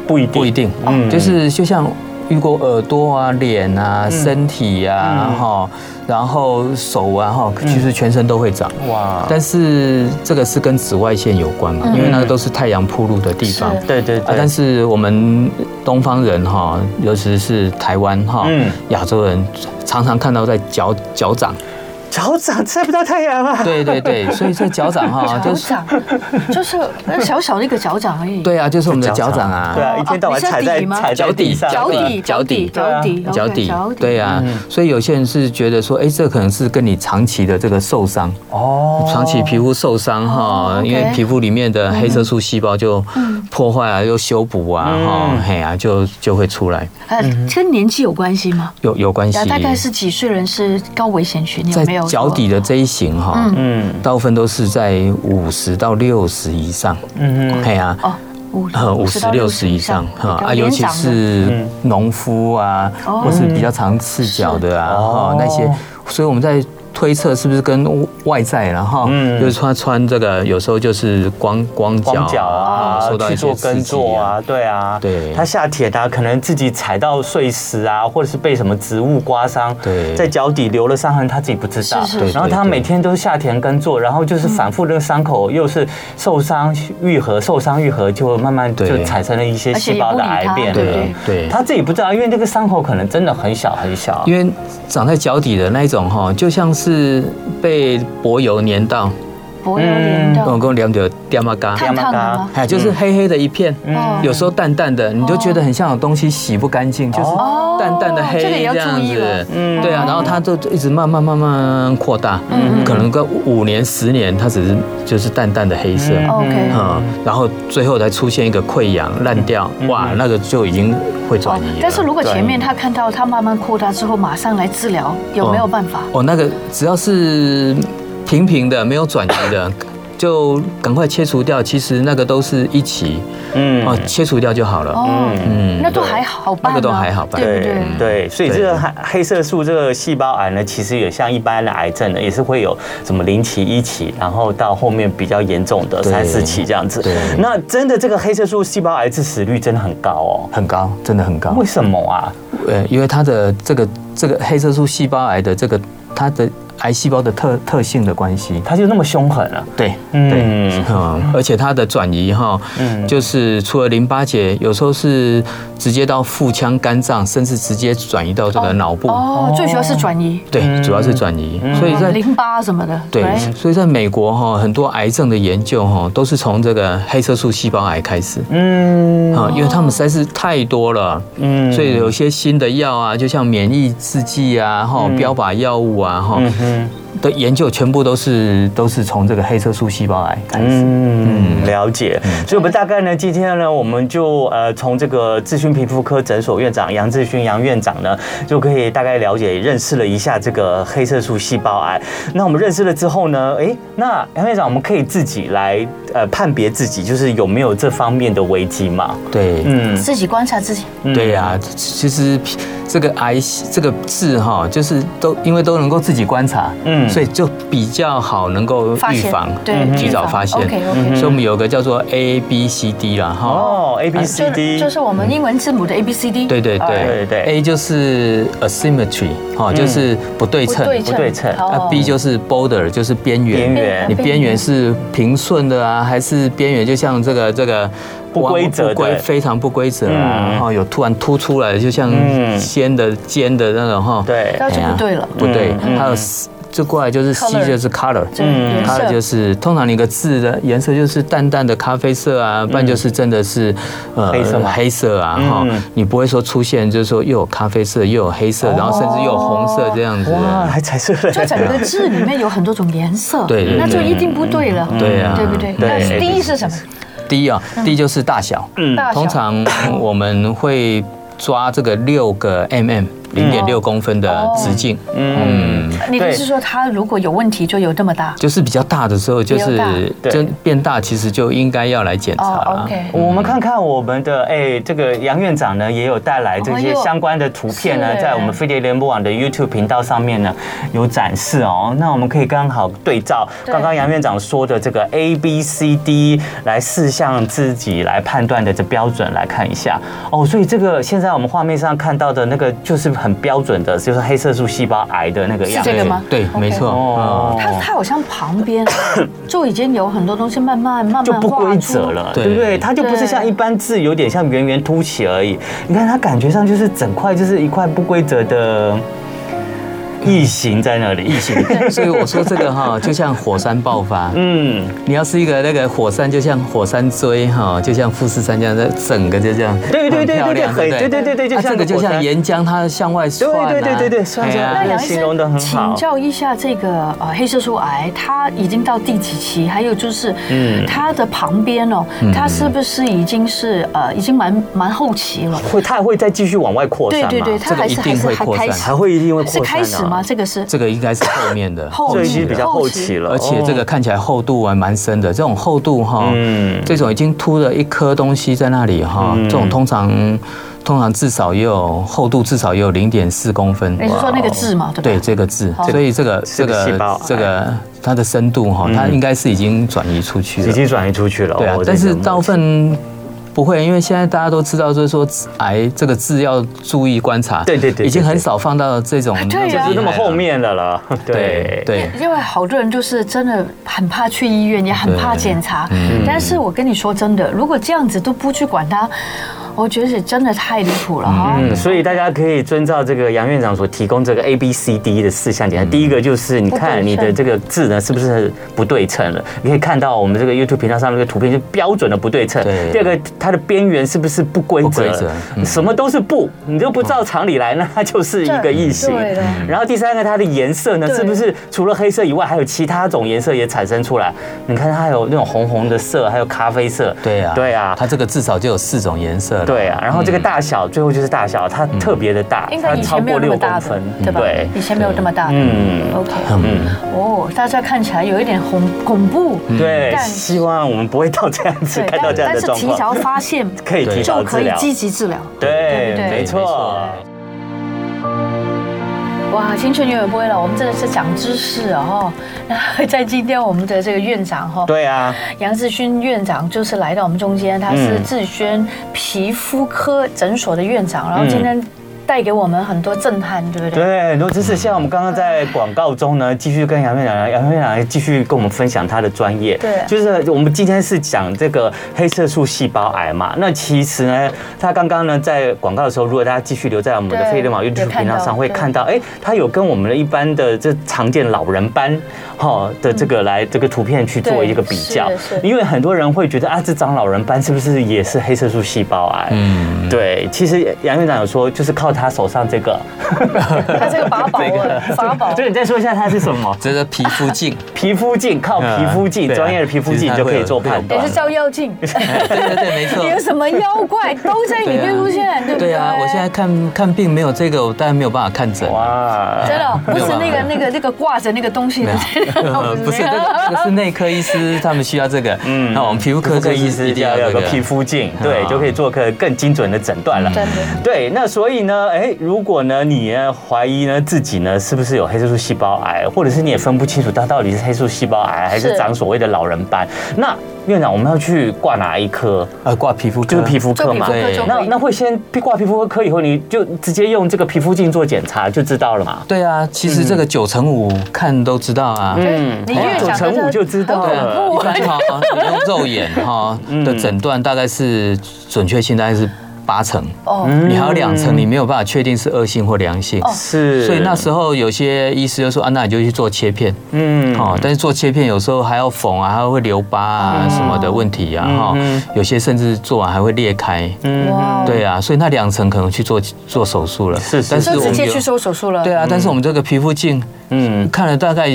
S2: 不一定，
S3: 不一定，啊
S2: 嗯
S3: 就是就像遇过耳朵啊、脸啊、身体啊，
S2: 嗯
S3: 哈、然后手啊，哈，其实全身都会长。
S2: 哇，
S3: 但是这个是跟紫外线有关嘛，因为那个都是太阳铺路的地方。
S1: 是
S2: 对对
S3: 啊
S2: 对，，
S3: 但是我们东方人哈，尤其是台湾哈
S2: 嗯，
S3: 亚洲人常常看到在脚脚掌，
S2: 脚掌晒不到太阳啊。
S3: 对对 对，所以这脚掌 哈，
S1: 脚
S3: 啊就是
S1: 掌 就是小小的一个脚掌而已。
S3: 对啊，就是我们的脚掌啊，
S2: 对啊，一天到晚
S1: 哦你是
S2: 踩在
S1: 底吗
S2: 踩在地上，
S1: 脚
S3: 对
S1: 底，脚底，
S2: 对啊
S1: 脚底，
S3: 脚
S1: OK，
S3: 底，对啊，所以有些人是觉得说，哎，这可能是跟你长期的这个受伤，
S2: 哦
S3: 长期皮肤受伤哈
S1: 哦，，OK 嗯
S3: 因为皮肤里面的黑色素细胞就破坏啊，又修补啊，哈
S2: 嗯，
S3: 嘿啊，就就会出来，
S1: 呃，跟年纪有关系吗？
S3: 有有关系
S1: 呀，。大概是几岁人是高危险群？你有
S3: 在
S1: 没有
S3: 脚底的这一型哈，
S2: 嗯
S3: 大部分都是在五十到六十以上，
S2: 嗯
S3: 嘿啊。
S1: 哦，五
S3: 呃，五十六十以上哈啊，尤其
S2: 嗯
S3: 是农夫啊，
S1: 哦
S3: 或是比较常赤脚的啊，
S2: 哦
S3: 哈那些，所以我们在推测是不是跟外在然后
S2: 嗯
S3: 就是穿穿这个，有时候就是光光脚哦
S2: 光脚啊，
S3: 受到
S2: 去
S3: 一
S2: 做
S3: 些
S2: 耕
S3: 刺激
S2: 作啊，对啊，
S3: 对
S2: 他下铁啊，可能自己踩到碎石啊，或者是被什么植物刮伤，
S3: 对
S2: 在脚底留了伤痕，他自己不知道。
S1: 是是
S3: 对
S2: 然后他
S3: 对对
S2: 每天都下田耕作，然后就是反复那个伤口又是受伤愈合，受伤愈合，就慢慢
S3: 对
S2: 就产生了一些
S1: 而且
S2: 细
S1: 也
S2: 胞
S1: 不
S2: 的
S1: 理
S2: 癌
S1: 他
S2: 变
S1: 对
S2: 了
S3: 对。啊对，
S2: 他自己不知道，因为那个伤口可能真的很小很小。
S3: 因为长在脚底的那一种哈，就像是被柏油粘到，
S1: 不会有连
S3: 跟
S1: 到
S3: 我，
S2: 嗯
S3: 跟我聊着掉马嘎，
S1: 烫烫的吗？
S3: 哎，就是黑黑的一片，
S2: 嗯
S1: 哦
S3: 有时候淡淡的，你就觉得很像有东西洗不干净，就是
S1: 哦
S3: 淡淡的黑
S1: 这个也要
S3: 这样
S1: 注意了
S3: 子。
S2: 嗯
S3: 对啊，然后它就一直慢慢慢慢扩大，
S1: 嗯
S3: 可能个五年十年，它只是就是淡淡的黑色。
S1: OK，
S3: 嗯，然后最后才出现一个溃疡烂掉，哇，那个就已经会
S1: 嗯
S3: 转
S1: 哦
S3: 移了。
S1: 但是如果前面他看到他慢慢扩大之后，马上来治疗，有没有办法？
S3: 哦，那个只要是平平的，没有转移的，就赶快切除掉。其实那个都是一起，
S2: 嗯
S3: 哦，切除掉就好了。
S1: 哦，
S3: 嗯，
S1: 那都还好办啊，
S3: 那个都还好办
S1: 对不
S2: 对
S1: 对？
S2: 对，所以这个黑黑色素这个细胞癌呢，其实也像一般的癌症呢，也是会有什么零期、一期，然后到后面比较严重的
S3: 对
S2: 三四期这样子
S3: 对。
S2: 那真的这个黑色素细胞癌致死率真的很高哦，
S3: 很高，真的很高
S2: 为。什么啊？
S3: 呃，因为它的这个这个黑色素细胞癌的这个它的癌细胞的特特性的关系，
S2: 它就那么凶狠啊？
S3: 对，
S2: 嗯，
S3: 嗯，而且它的转移哈，
S2: 嗯
S3: 就是除了淋巴结，有时候是直接到腹腔、肝脏，甚至直接转移到这个脑部。
S1: 哦，最主要是转移，
S3: 对，主要是转移，嗯哦所以在
S1: 淋巴什么的，哎
S3: 对
S1: right？，
S3: 所以在美国哈，很多癌症的研究哈，都是从这个黑色素细胞癌开始
S2: 嗯
S3: 啊，因为他们实在是太多了，
S2: 嗯
S3: 所以有些新的药啊，就像免疫制剂啊，哈，
S2: 嗯
S3: 标靶药物啊，哈
S2: 哼
S3: 的研究全部都是都是从这个黑色素细胞癌开始。
S2: 嗯，了解。所以，我们大概呢，今天呢，我们就呃，从这个志勋皮肤科诊所院长杨志勋杨院长呢，就可以大概了解认识了一下这个黑色素细胞癌。那我们认识了之后呢，诶，那杨院长，我们可以自己来呃判别自己就是有没有这方面的危机嗯嘛？
S3: 对，
S2: 嗯，
S1: 自己观察自己，
S3: 对呀、其实这个癌细这个痣哈，就是都因为都能够自己观察，
S2: 嗯嗯
S3: 嗯，所以就比较好能够
S1: 发
S3: 预
S1: 现
S3: 防，
S1: 对
S3: 及
S1: 预
S3: 早
S1: 防
S3: 发现。
S1: OK，OK
S3: 所以我们有个叫做 A B C D 啦，哈。
S2: 哦，A B
S1: 就
S2: C
S1: 是
S2: D，
S1: 呃就是我们英文字母的 A B C D，哎
S3: 对对对
S2: 哎对对对嗯
S3: a 就是 asymmetry 哈，就是不对
S1: 不
S3: 称，
S1: 对称，
S2: 不对称
S3: 啊
S1: 哦
S3: ，B 就是 border，就是边
S2: 边
S3: 缘。
S2: 缘
S3: 你边缘是平顺的啊，还是边缘就像这个这个
S2: 不规则的
S3: 不规非常不规则啊
S2: 嗯，
S3: 然后有突然凸出来的，就像
S2: 嗯
S3: 尖的尖的那种哈。
S2: 对
S1: 那就
S3: 哎呀
S1: 不对了，
S3: 不对
S2: 嗯，
S3: 还有 C- 这过来就是 C
S1: Color
S3: 就是 color。
S1: 这颜
S3: 它的就
S1: 色
S3: 是通常一个字的颜色就是淡淡的咖啡色啊，不然就是真的是
S2: 嗯
S3: 呃
S2: 黑色吗
S3: 黑色啊哈
S2: 嗯，
S3: 你不会说出现就是说又有咖啡色又有黑色，然后甚至又有红色这样子的。
S2: 哦哇，还彩色嘞，
S1: 就整个字里面有很多种颜色，
S3: 对对对
S1: 那就一定不对了，
S3: 对呀
S1: 对不对？
S2: 对
S1: 那
S2: A B
S1: D 是什么？
S3: 第一啊，第一就是大小，
S2: 嗯
S1: 大
S3: 通
S1: 小，
S3: 常我们会抓这个六个 mm，零点
S1: 嗯
S3: 六公分的直径，
S1: 哦
S2: 嗯，
S1: 你的意思
S2: 对
S1: 说它如果有问题就有这么大？
S3: 就是比较大的时候，就
S1: 比较大
S3: 是
S2: 对
S3: 就变大，其实就应该要来检查
S1: 哦
S3: 了。
S1: ，OK，
S2: 我们看看我们的哎、这个杨院长呢也有带来这
S1: 哦
S2: 些相关的图片呢
S1: 哎，呦
S2: 在我们飞碟联播网的 YouTube 频道上面呢有展示哦。那我们可以刚好对照
S1: 对
S2: 刚刚杨院长说的这个 A B C D 来四项自己来判断的这标准来看一下哦。所以这个现在我们画面上看到的那个就是很标准的，就是黑色素细胞癌的那个样
S1: 是这
S2: 子。
S1: 个吗
S3: 对，
S1: OK
S3: 没错。
S2: 哦
S3: 哦，
S1: 它它好像旁边就已经有很多东西慢慢慢慢
S2: 就不
S1: 嗯画出
S2: 规则了，
S3: 对
S2: 对不对？它就不是
S1: 对
S2: 像一般字，有点像圆圆凸起而已。你看它感觉上就是整块就是一块不规则的异形在那里。异形，
S3: 嗯所以我说这 个哈，就像火山爆发，
S2: 嗯，
S3: 你要是一个那个火山，就像火山锥哈，就像富士山这样，这整个就这样，
S2: 对对对对
S3: 很漂
S2: 对，
S3: 亮
S2: 很对对对对，就
S3: 啊
S2: 像
S3: 这个就
S2: 火山
S3: 像岩浆，它向外窜啊。
S2: 对对对对对窜
S3: 哎呀
S2: 窜
S1: 那杨医
S2: 形容得
S1: 生，
S2: 很
S1: 请
S2: 好
S1: 教一下这个呃黑色素癌，它已经到第几期？还有就是，嗯，它的旁边哦，它是不是已经是呃已经蛮蛮后期了？
S2: 会，它还会再继续往外扩散
S1: 对
S2: 嘛
S1: 对对，它
S3: 这个
S1: 还
S3: 一
S1: 是还
S3: 定
S1: 是
S3: 会
S1: 还
S3: 扩散
S1: 开
S2: 还
S1: 始，
S2: 会一定会
S1: 是
S2: 扩散
S1: 开始
S2: 啊
S1: 吗？？这个是
S3: 这个应该是后面的，
S1: 后
S2: 这
S1: 期
S2: 已经比较后期了，
S3: 而且这个
S2: 哦
S3: 看起来厚度还蛮深的，这种厚度哈，
S2: 嗯
S3: 这种已经凸了一颗东西在那里哈，这种通常通常至少也有厚度至少也有零点四公分，
S1: 哎你是说那个痣嘛？对
S3: 对
S1: 吧？
S3: 这个字
S1: 好，
S3: 所以这个
S2: 哦这
S3: 这
S2: 个细胞哎嗯
S3: 个这个它的深度哈，它应该是已经转移出去
S2: 已
S3: 了，
S2: 经转移出去了。
S3: 对啊
S2: 哦，
S3: 但是
S2: 这个
S3: 大部分。不会，因为现在大家都知道，就是说癌这个字要注意观察，
S2: 对对对对
S3: 已经很少放到这种
S1: 对啊
S3: 么
S2: 就是
S3: 厉
S2: 那么
S3: 害了
S2: 后，面的了。
S3: 对对，
S1: 因为好多人就是真的很怕去
S2: 嗯
S1: 医院，也很怕检查。但是我跟你说真的，如果这样子都不去管它，我觉得是真的太离谱了哈。
S2: 嗯，所以大家可以遵照这个杨院长所提供这个 A B C D 的四项
S3: 嗯
S2: 检查。第一个就是你看你的这个字呢是不是不对称了？你可以看到我们这个 YouTube 频道上面这个图片是标准的不对称。
S3: 对
S2: 第二个，它的边缘是不是不规
S3: 不
S2: 则？
S3: 规则嗯
S2: 什么都是不，你都不照常理来，那 它就是一个异形。
S1: 对的
S2: 然后第三个，它的颜色呢
S1: 对
S2: 是不是除了黑色以外，还有其他种颜色也产生出来？你看它有那种红红的色，还有咖啡色。
S3: 对啊，
S2: 对啊，
S3: 它这个至少就有四种颜色了。
S2: 对啊，然后这个大小最后就是大小，它特别的大，
S1: 应该
S2: 它
S1: 以
S2: 超
S1: 前没有那
S2: 过
S1: 么
S2: 六
S1: 大
S2: 公
S1: 的
S2: 分，，
S1: 对吧？
S2: 对，
S1: 以前没有那么大的。
S2: 嗯
S1: OK，
S2: 嗯，
S1: 哦，大家看起来有一点恐恐怖，
S2: 对，
S1: 但
S2: 希望我们不会到这样子，
S1: 对，
S2: 看到
S1: 但
S2: 这样
S1: 但
S2: 的
S1: 是
S2: 状
S1: 提
S2: 况
S1: 早，发现
S2: 可以提
S1: 就
S2: 早
S1: 可
S2: 治
S1: 以
S2: 疗，
S1: 积极治疗。
S2: 对
S1: 不，对
S2: 没错，
S1: 哇，青春永远不会老，我们真的是长知识哦。那 在今天我们的这个院长哈、哦，
S2: 对啊，
S1: 杨志勋院长就是来到我们中间，他是
S2: 嗯
S1: 志轩皮肤科诊所的院长，然后今天带给我们很多震撼，对不对？
S2: 对，很多知识。像我们刚刚在广告中呢，继续跟杨院长，杨院长继续跟我们分享他的专业。
S1: 对
S2: 就是我们今天是讲这个黑色素细胞癌嘛。那其实呢，他刚刚呢在广告的时候，如果大家继续留在我们的
S1: 对
S2: 飞利马 YouTube
S1: 有看
S2: 频道
S1: 到
S2: 上，会
S1: 对
S2: 看到，哎，他有跟我们的一般的这常见老人斑，哈的这个来这个图片去
S1: 嗯
S2: 做
S1: 对
S2: 一个比较
S1: 是是，
S2: 因为很多人会觉得啊，这长老人斑是不是也是黑色素细胞癌？
S3: 嗯，
S2: 对，其实杨院长有说，就是靠他手上这个，
S1: 他这个法宝
S2: 这个
S1: 啊，法宝
S2: 所。以你再说一下它是什
S3: ？
S2: 么
S3: 这个皮肤镜，
S2: 皮肤镜，靠皮肤
S3: 嗯
S2: 镜，
S3: 对啊
S2: 专业的皮肤
S3: 其实
S2: 镜
S3: 它
S2: 就可
S3: 会
S2: 以
S3: 有
S2: 做判
S1: 也
S2: 断
S1: 是。照妖 镜，
S3: 哎对对对，没 错。
S1: 有什么妖怪都在里面出现，对不对？
S3: 对啊，我现在看看病没有这个，我当然没有办法 看诊。
S2: 哇，
S1: 真的不
S3: 啊没有
S1: 是
S3: 吧
S1: 那个那个那个挂着那个东西的，
S3: 呃
S2: 嗯
S3: 不是，这个这个是内科医师他们需要这个，嗯，那我们皮肤科
S2: 科医
S3: 就是
S2: 师
S3: 一定
S2: 要
S3: 要
S2: 有
S3: 这
S2: 个
S3: 个
S2: 皮肤镜，对，
S3: 啊
S2: 就可以做个更精准的诊断了。
S1: 真的。
S3: 嗯
S2: 对，那所以呢，哎，如果呢你呢怀疑呢自己呢是不是有黑色素细胞癌，或者是你也分不清楚它到底是黑色素细胞癌还是
S1: 是
S2: 长所谓的老人斑，那院长我们要去挂哪一科？
S3: 呃挂皮肤科
S2: 就是皮肤科嘛
S1: 做皮肤
S3: 科就
S1: 可以
S2: 那那会先挂皮肤科以后，你就直接用这个皮肤镜做检查就知道了嘛。
S3: 对啊，其实这个九乘五看都知道啊，
S2: 嗯
S1: 你越
S2: 九
S1: 想
S2: 乘五就知道
S1: 很恐
S2: 了
S1: 怖。
S3: 一般哈，你用肉眼哈
S2: 嗯
S3: 的诊断大概是准确性大概是八成，
S1: 哦，
S2: 嗯
S3: 你还有两成你没有办法确定是恶性或良性。
S2: 哦是，
S3: 所以那时候有些医师就说啊，那你就去做切片，
S2: 嗯，
S3: 哦，但是做切片有时候还要缝啊，还会留疤啊什么的问题啊，哈、
S2: 嗯
S3: 有些甚至做完还会裂开，
S1: 哇，哦
S3: 对啊，所以那两层可能去做做手术了，
S2: 是是
S3: 但
S2: 是
S1: 就
S3: 我
S1: 直
S3: 们
S1: 接去
S3: 有
S1: 做手术了。
S3: 对啊，但是我们这个皮肤镜，
S2: 嗯
S3: 嗯，看了大概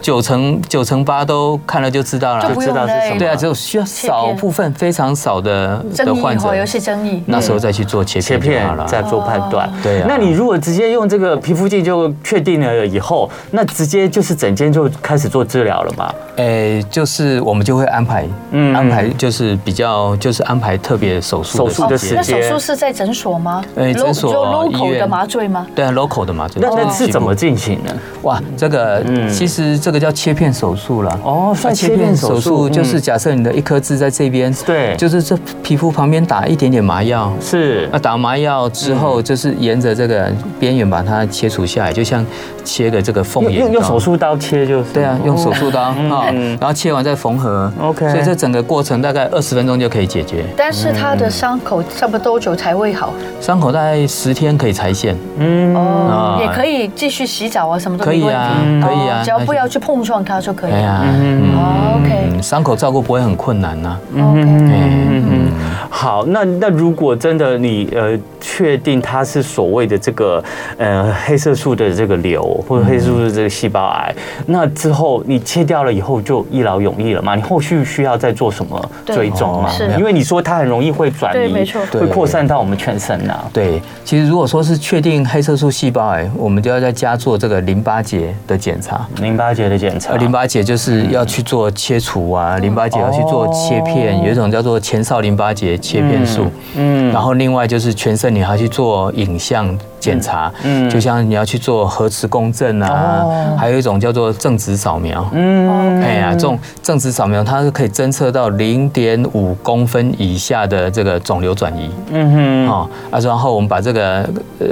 S3: 九成九成八都看了就知道
S1: 就
S3: 了
S1: 不，
S2: 知
S1: 用
S2: 道是什
S1: 嘞
S2: 么。
S3: 对啊，只有需要少部分非常少的的
S1: 争议
S3: 患者
S1: 哈，，哦有些争议。
S3: 那时候再去做切
S2: 切
S3: 片就
S2: 片
S3: 好了。
S2: 再做判断。
S3: 对啊
S2: 那你如果直接用这个皮肤镜就确定了以后，那直接就是整间就开始做治疗了嘛？
S3: 诶，就是我们就会安排，
S2: 嗯
S3: 安排就是比较就是安排特别手术
S2: 手术的
S3: 时间
S2: 时
S1: 哦那
S2: 间
S1: 手术是在诊所吗？
S3: 哎诊所
S1: l o
S3: 医
S1: c a
S3: 院
S1: 的麻醉吗？
S3: 对啊，local 的嘛，就是
S2: 那那是怎么进行呢？
S3: 哇？这个其实这个叫切片手术啦。啊
S2: 哦，
S3: 那
S2: 算切片手术嗯
S3: 就是假设你的一颗痣在这边，
S2: 对
S3: 就是这皮肤旁边打一点点麻药，
S2: 是
S3: 那打麻药之
S2: 嗯
S3: 后，就是沿着这个边缘把它切除下来，就像切个这个凤
S2: 用
S3: 眼
S2: 用用
S3: 刀
S2: 手。术刀切就是？
S3: 对啊，用手术刀啊
S2: 嗯，
S3: 然后切完再缝合。
S2: OK
S3: 所以这整个过程大概二十分钟就可以解决，
S1: 但是他的伤口差不多多久才会好？
S3: 伤口大概十天可以拆线。
S2: 嗯，
S1: 哦
S3: 啊，
S1: 也可以继续洗澡啊，什么都没问题。
S3: 可以啊嗯可以啊
S1: 哦只要不要去碰撞它就可以。
S3: 哎呀，
S2: 嗯
S1: 哦，OK，
S3: 嗯伤口照顾不会很困难呐。
S1: OK，
S3: 嗯，
S2: 嗯，好，那那如果真的你呃确定它是所谓的这个呃黑色素的这个瘤或
S3: 嗯
S2: 者黑色素的这个细胞癌，那之后你切掉了以后就一劳永逸了嘛？你后续需要再做什么
S1: 对
S2: 追踪吗
S1: 是？
S2: 因为你说它很容易会转移，
S1: 对没错
S2: 会扩散到我们全身啊呐、
S3: 对，其实如果说是确定黑色素细胞癌，我们就要在家做这个淋巴结的检查。
S2: 淋巴结的检查，
S3: 呃，淋巴结就是要去做切除啊，
S2: 嗯
S3: 淋巴结要去做切片，
S2: 哦
S3: 有一种叫做前哨淋巴结切片术，
S2: 嗯，
S3: 然后另外就是全身你还要去做影像检查，
S2: 嗯嗯
S3: 就像你要去做核磁共振啊，
S2: 哦
S3: 还有一种叫做正子扫描，
S1: 哦
S2: 嗯
S3: 哎呀，这种正子扫描它是可以侦测到零点五公分以下的这个肿瘤转移，
S2: 嗯哼，
S3: 哦，啊，然后我们把这个呃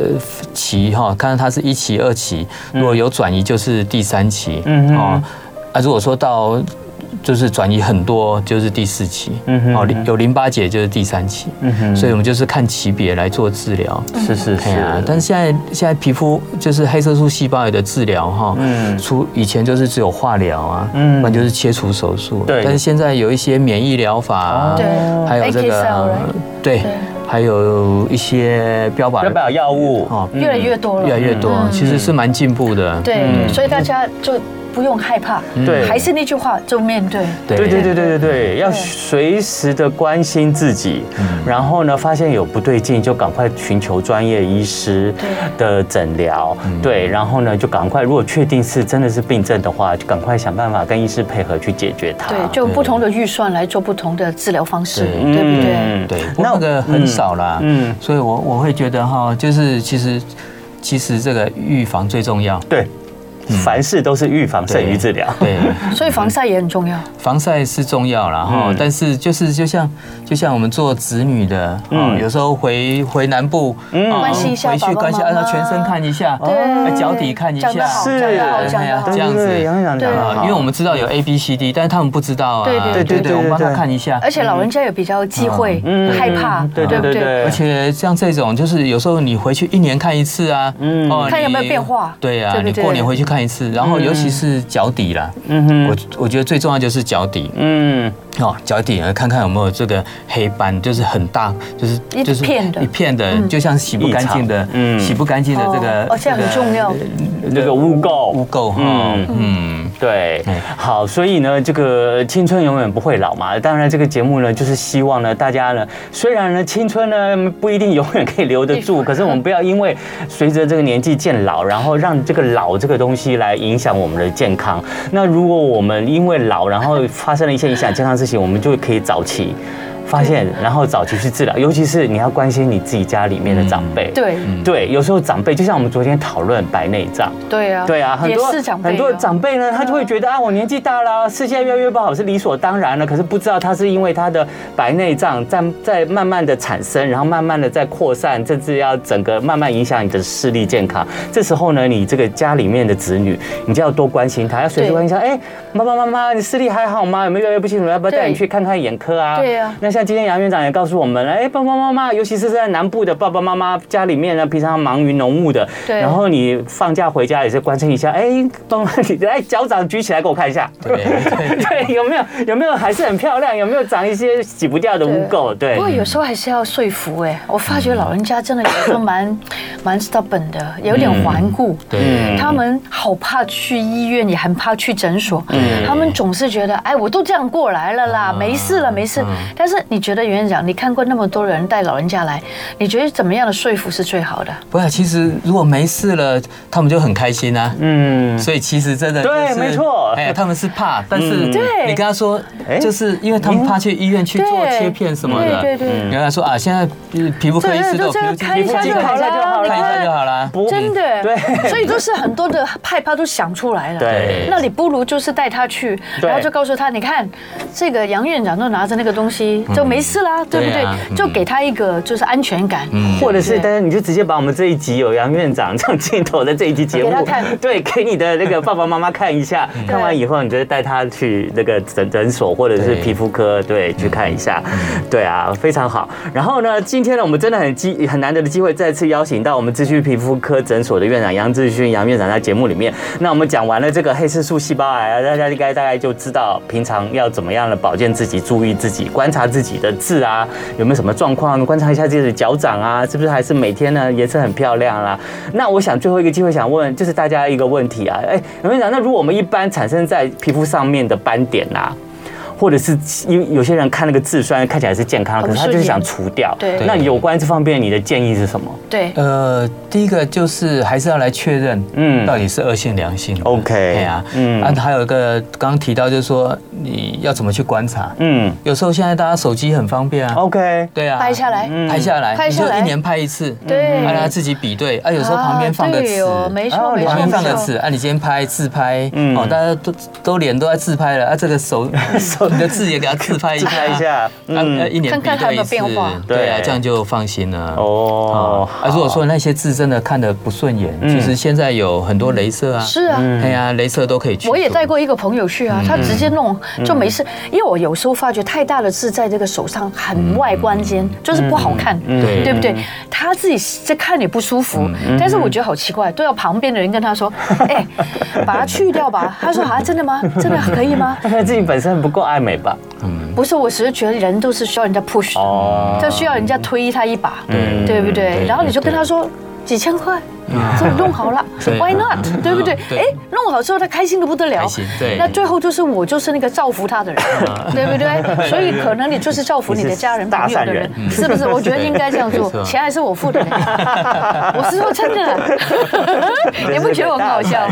S3: 期哈、看看它是一期、二期，如果有转移就是第三期，
S2: 嗯嗯哼
S3: 哦，啊，如果说到就是转移很多，就是第四期，
S2: 嗯哼
S3: 哦
S2: 嗯哼，
S3: 有淋巴结就是第三期，
S2: 嗯哼
S3: 所以我们就是看级别来做治疗。
S2: 是是是
S3: 哎呀，，但是现在现在皮肤就是黑色素细胞癌的治疗哈，
S2: 嗯
S3: 除以前就是只有化疗啊，
S2: 嗯
S3: 嗯，那就是切除手术，
S2: 对哦
S3: 但是现在有一些免疫疗法啊，
S1: 对
S3: 还有这
S1: NK cell，
S3: 个
S1: right？
S3: 对，还有一些标靶
S2: 要不要药物？
S3: 哦，
S1: 越来越多了，
S3: 越来嗯越多，其实是蛮进步的，
S1: 对，所以大家就不用害怕，
S3: 嗯
S2: 对
S1: 还是那句话，就面对。
S2: 对对对对对对，要随时的关心自己，然后呢，发现有不对劲就赶快寻求专业医师的诊疗，对，然后呢就赶快，如果确定是真的是病症的话，就赶快想办法跟医师配合去解决它。
S1: 对，就不同的预算来做不同的治疗方式，
S3: 啊对
S1: 对不对？
S2: 嗯
S3: 对，不过那个很少啦，
S2: 嗯嗯
S3: 嗯，所以我我会觉得哈，就是其实其实这个预防最重要，
S2: 对，凡事都是预防胜于治疗。
S3: 对，
S1: 所以防晒也很重要。
S3: 防晒是重要啦哈
S2: 嗯，
S3: 但是就是就像就像我们做子女的，嗯，有时候回回南部，
S2: 嗯
S3: 哦
S1: 关心一下
S3: 回
S1: 爸
S3: 去
S1: 爸
S3: 关心，
S1: 妈妈
S3: 啊全身看一下，啊
S1: 对
S3: 脚底看一下，
S1: 讲得好
S2: 是讲得好
S1: 讲得好
S3: 哎呀这样
S2: 对
S3: 子。
S2: 杨院长讲得
S3: 啊
S2: 好，
S3: 因为我们知道有 A B C D，但是他们不知道啊。
S1: 对哎对对
S3: 对
S2: 对对
S3: 我们帮他
S2: 对
S3: 看一下。
S1: 而且老人家也比较忌讳、
S2: 嗯
S1: 害怕，
S2: 对对对对，
S3: 而且像这种，就是有时候你回去一年看一次啊，
S2: 嗯
S3: 哦
S1: 看有
S3: 你
S1: 没有变化
S3: 对啊
S1: 对，不
S3: 你
S1: 对
S3: 过年回去看一次，然后尤其是脚底啦，
S2: 嗯哼，
S3: 我我觉得最重要就是脚底
S2: 嗯，
S3: 哦，脚底啊，看看有没有这个黑斑，就是很大，就是
S1: 一
S3: 就是
S1: 片的嗯
S3: 一片的，就像洗不干净
S2: 异
S3: 的
S2: 常，嗯
S3: 洗不干净的这个，
S1: 哦哦这样很
S3: 个
S1: 重要
S2: 这个污垢，
S3: 污垢哈，
S2: 嗯
S3: 嗯，
S2: 对
S3: 哎，
S2: 好，所以呢，这个青春永远不会老嘛。当然，这个节目呢，就是希望呢，大家呢，虽然呢，青春呢不一定永远可以留得住，可是我们不要因为随着这个年纪渐老，然后让这个老这个东西来影响我们的健康。那如果我们因为老，然后发生了一些影响健康的事情，我们就可以早期。发现，然后早期去治疗，尤其是你要关心你自己家里面的长辈。
S1: 嗯对
S3: 嗯
S2: 对，有时候长辈就像我们昨天讨论白内障，
S1: 对啊，
S2: 对啊，很
S1: 也
S2: 多
S1: 是长辈啊，
S2: 很多长辈呢，他就会觉得啊，我年纪大了，视线越来越不好是理所当然了。可是不知道他是因为他的白内障在在慢慢的产生，然后慢慢的在扩散，甚至要整个慢慢影响你的视力健康。这时候呢，你这个家里面的子女，你就要多关心他，要随时
S1: 对
S2: 关心他。哎，妈妈妈妈，你视力还好吗？有没有越来越不清楚？要不要带你
S1: 对
S2: 去看看眼科啊？
S1: 对啊
S2: 那像今天杨院长也告诉我们了，哎，爸爸妈妈，尤其是在南部的爸爸妈妈家里面呢，平常忙于农务的，
S1: 对
S2: 然后你放假回家也是关心一下，哎，帮忙你来脚掌举起来给我看一下，
S3: 对对
S2: 对，有没有有没有还是很漂亮，有没有长一些洗不掉的污垢？对
S1: 不，过有时候还是要说服哎、我发觉老人家真的有时候 蛮蛮 stubborn 的，有点顽固。
S3: 嗯
S2: 嗯
S3: 对
S1: 他们好怕去医院，也很怕去诊所。
S2: 嗯
S1: 他们总是觉得，哎，我都这样过来了
S3: 啊
S1: 啦，没事了，没事。
S3: 嗯
S1: 但是你觉得，袁院长，你看过那么多人带老人家来，你觉得怎么样的说服是最好的？
S3: 不是，其实如果没事了，他们就很开心啊。
S2: 嗯，
S3: 所以其实真的
S2: 对
S3: 就是
S2: 没错
S3: 哎，他们是怕，但是
S2: 嗯
S1: 对
S3: 你跟他说
S2: 哎，
S3: 就是因为他们怕去医院去做
S1: 对
S3: 切片什么的，
S1: 对对对
S3: 你跟他说啊，现在呃皮肤科医师都有
S1: 这
S3: 皮
S1: 个
S3: 肤
S1: 这个看
S3: 镜
S1: 一下
S2: 就
S3: 看一下
S1: 好
S3: 就好
S1: 啦
S3: 了，看一下就好了。
S2: 嗯
S3: 嗯
S2: 不
S1: 真的，
S2: 对
S1: 所以就是很多的害怕都想出来了。
S2: 对
S1: 那你不如就是带他去，
S2: 对
S1: 然后就告诉他，你看这个杨院长都拿着那个东西，就没事啦，对不
S3: 对啊
S1: 对？就给他一个就是安全感。
S2: 或者是，
S1: 对
S2: 但是你就直接把我们这一集有杨院长这样镜头的这一集节
S1: 给他
S2: 目
S1: 看，
S2: 对，给你的那个爸爸妈妈看一 下，看完以后你就带他去那个诊诊所或者是
S3: 对
S2: 皮肤科，对，去看一下，对啊，非常好。然后呢，今天呢，我们真的很机很难得的机会，再次邀请到我们资讯皮肤科诊所的院长杨志勋杨院长在节目里面。那我们讲完了这个黑色素细胞癌啊，大家应该大概就知道平常要怎么样的保健自己，注意自己，观察自己的痣啊有没有什么状况，观察一下自己的脚掌啊，是不是还是每天呢颜色很漂亮啦、那我想最后一个机会想问，就是大家一个问题啊，哎，杨院长，那如果我们一般产生在皮肤上面的斑点啊，或者是因为有些人看那个痣，虽然看起来是健康，可是他就是想除掉。
S1: 哦对
S2: 那有关这方面你的建议是什么
S1: 对，
S3: 呃，第一个就是还是要来确认，
S2: 嗯
S3: 嗯，到底是恶性良性的。
S2: ？OK，
S3: 对啊，
S2: 嗯
S3: 嗯，啊，还有一个刚刚提到就是说你要怎么去观察，
S2: 嗯
S3: 有时候现在大家手机很方便啊，
S2: ，OK，
S3: 对啊，
S1: 拍下来，
S2: 嗯
S3: 拍下来，
S1: 拍
S3: 你
S1: 下
S3: 就
S1: 来
S3: 一年拍一次，
S1: 对
S3: 啊，让他自己比对，啊，有时候旁边放个
S1: 啊对
S3: 尺
S1: 哦，没
S2: 哦
S1: 错没错
S2: 旁
S3: 旁
S1: 没
S3: 边放个
S1: 错。
S3: 尺，啊，你今天拍自拍，
S2: 嗯
S3: 哦，大家都都脸都在自拍了，啊，这个手
S2: 手
S3: 你的字也给它自拍一下，
S2: 自拍一下嗯
S3: 嗯，一年比
S1: 看看它有没
S3: 对一
S1: 有
S3: 次
S1: 变化，
S2: 对
S3: 对啊，这样就放心了。
S2: 哦
S3: 哦，嗯啊，如果说那些字真的看得不顺眼，其实现在有很多镭射啊，
S1: 是啊。
S3: 哎呀，镭射都可以去。
S1: 我也带，过一个朋友去啊，他直接弄就没事，因为我有时候发觉太大的字在这个手上很外观间，就是不好看，
S3: 对
S1: 对不对？他自己在看也不舒
S3: 嗯
S1: 服，但是我觉得好奇怪，都要旁边的人跟他说， 哎，把它去掉吧。他说啊，真的吗？真的可以吗？
S2: 他可能自己本身不够爱美吧？
S3: 嗯
S1: 不是，我只是觉得人都是需要人家 push 的，
S2: 哦，
S1: 就需要人家推他一把，
S2: 嗯
S1: 对不对？
S3: 对
S1: 然后你就跟他说几千 块。就弄好了
S3: 对
S1: ，Why not？对不对？
S3: 对
S1: 哎，弄好之后他开心的不得了
S3: 开心对，
S1: 那最后就是我就是那个造福他的人，对不对？所以可能你就是造福你的家人、
S2: 你是大
S1: 朋友
S2: 善
S1: 的
S2: 人
S1: 人，是不是？我觉得应该这样做
S3: 没，错
S1: 钱还是我付的呢，我是说真的，你不觉得我很好笑？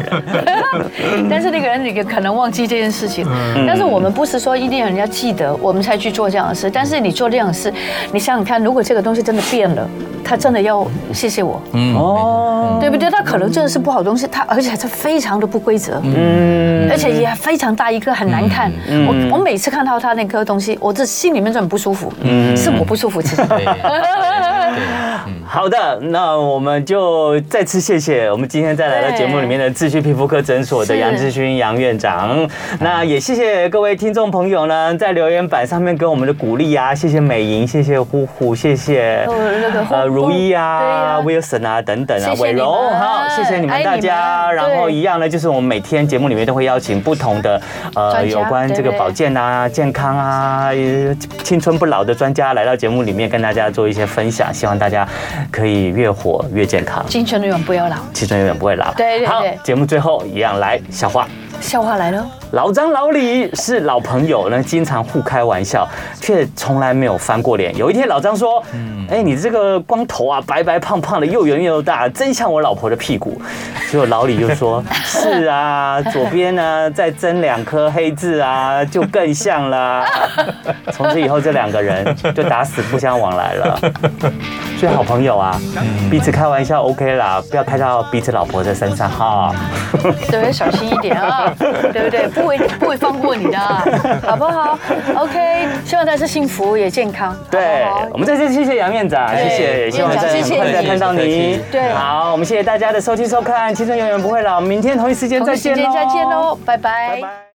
S1: 但是那个人你可能忘记这件事情，但是我们不是说一定要人家记得我们才去做这样的事，但是你做这样的事，你想想看，如果这个东西真的变了，他真的要谢谢我，
S3: 嗯，
S2: 哦，
S1: 对不对？它可能真的是不好东西，它而且它非常的不规则，
S2: 嗯，
S1: 而且也非常大一颗，很难看。我我每次看到它那颗东西，我这心里面就很不舒服，
S2: 嗯
S1: 是我不舒服自 哦己。
S3: 对，对
S2: 好的，那我们就再次谢谢我们今天再来到节目里面的智旭皮肤科诊所的
S1: 是
S2: 杨志勋杨院长。那也谢谢各位听众朋友呢，在留言板上面给我们的鼓励啊，谢谢美莹，谢谢呼呼，谢谢
S1: 哦那个呼
S2: 呃
S1: 呼
S2: 如意啊、
S1: 对
S2: Wilson 啊等等啊
S1: 谢，谢
S2: 伟荣
S1: 你们
S2: 哈，谢谢你们
S1: 爱
S2: 大
S1: 你
S2: 家。
S1: 们
S2: 然后
S1: 对
S2: 一样呢，就是我们每天节目里面都会邀请不同的呃
S1: 专家
S2: 有关这
S1: 对
S2: 个
S1: 不对
S2: 保健啊、健康啊、呃青春不老的专家来到节目里面跟大家做一些分享，希望大家可以越活越健康，
S1: 精神永远不要老，
S2: 青春永远不会老。
S1: 对对对
S2: 好，节目最后一样来小花。
S1: 笑话来了，
S2: 老张、老李是老朋友呢，经常互开玩笑，却从来没有翻过脸。有一天，老张说：“哎、你这个光头啊，白白胖胖的，又圆又大，真像我老婆的屁股。”结果老李就说：“是啊，左边呢再增两颗黑痣啊，就更像啦。”从此以后，这两个人就打死不相往来了。所以，好朋友啊，彼此开玩笑 OK 啦，不要开到彼此老婆的身上哈。
S1: 对不对？小心一点 啊，对不对？不会不会放过你的啊，好不好？OK，希望大家幸福也健康，
S2: 对
S1: 好不好，
S2: 我们再次谢谢杨院长，谢谢，
S1: 院
S2: 希望
S1: 长
S2: 再
S1: 谢
S2: 很
S1: 谢
S2: 快再
S1: 你
S2: 看到你。
S1: 对
S2: 好，我们谢谢大家的收听收看，青春永远不会老，明天同一时间
S1: 同
S2: 再
S1: 一时
S2: 见
S1: 间
S2: 喽，
S1: 再见喽，拜拜
S2: 拜拜。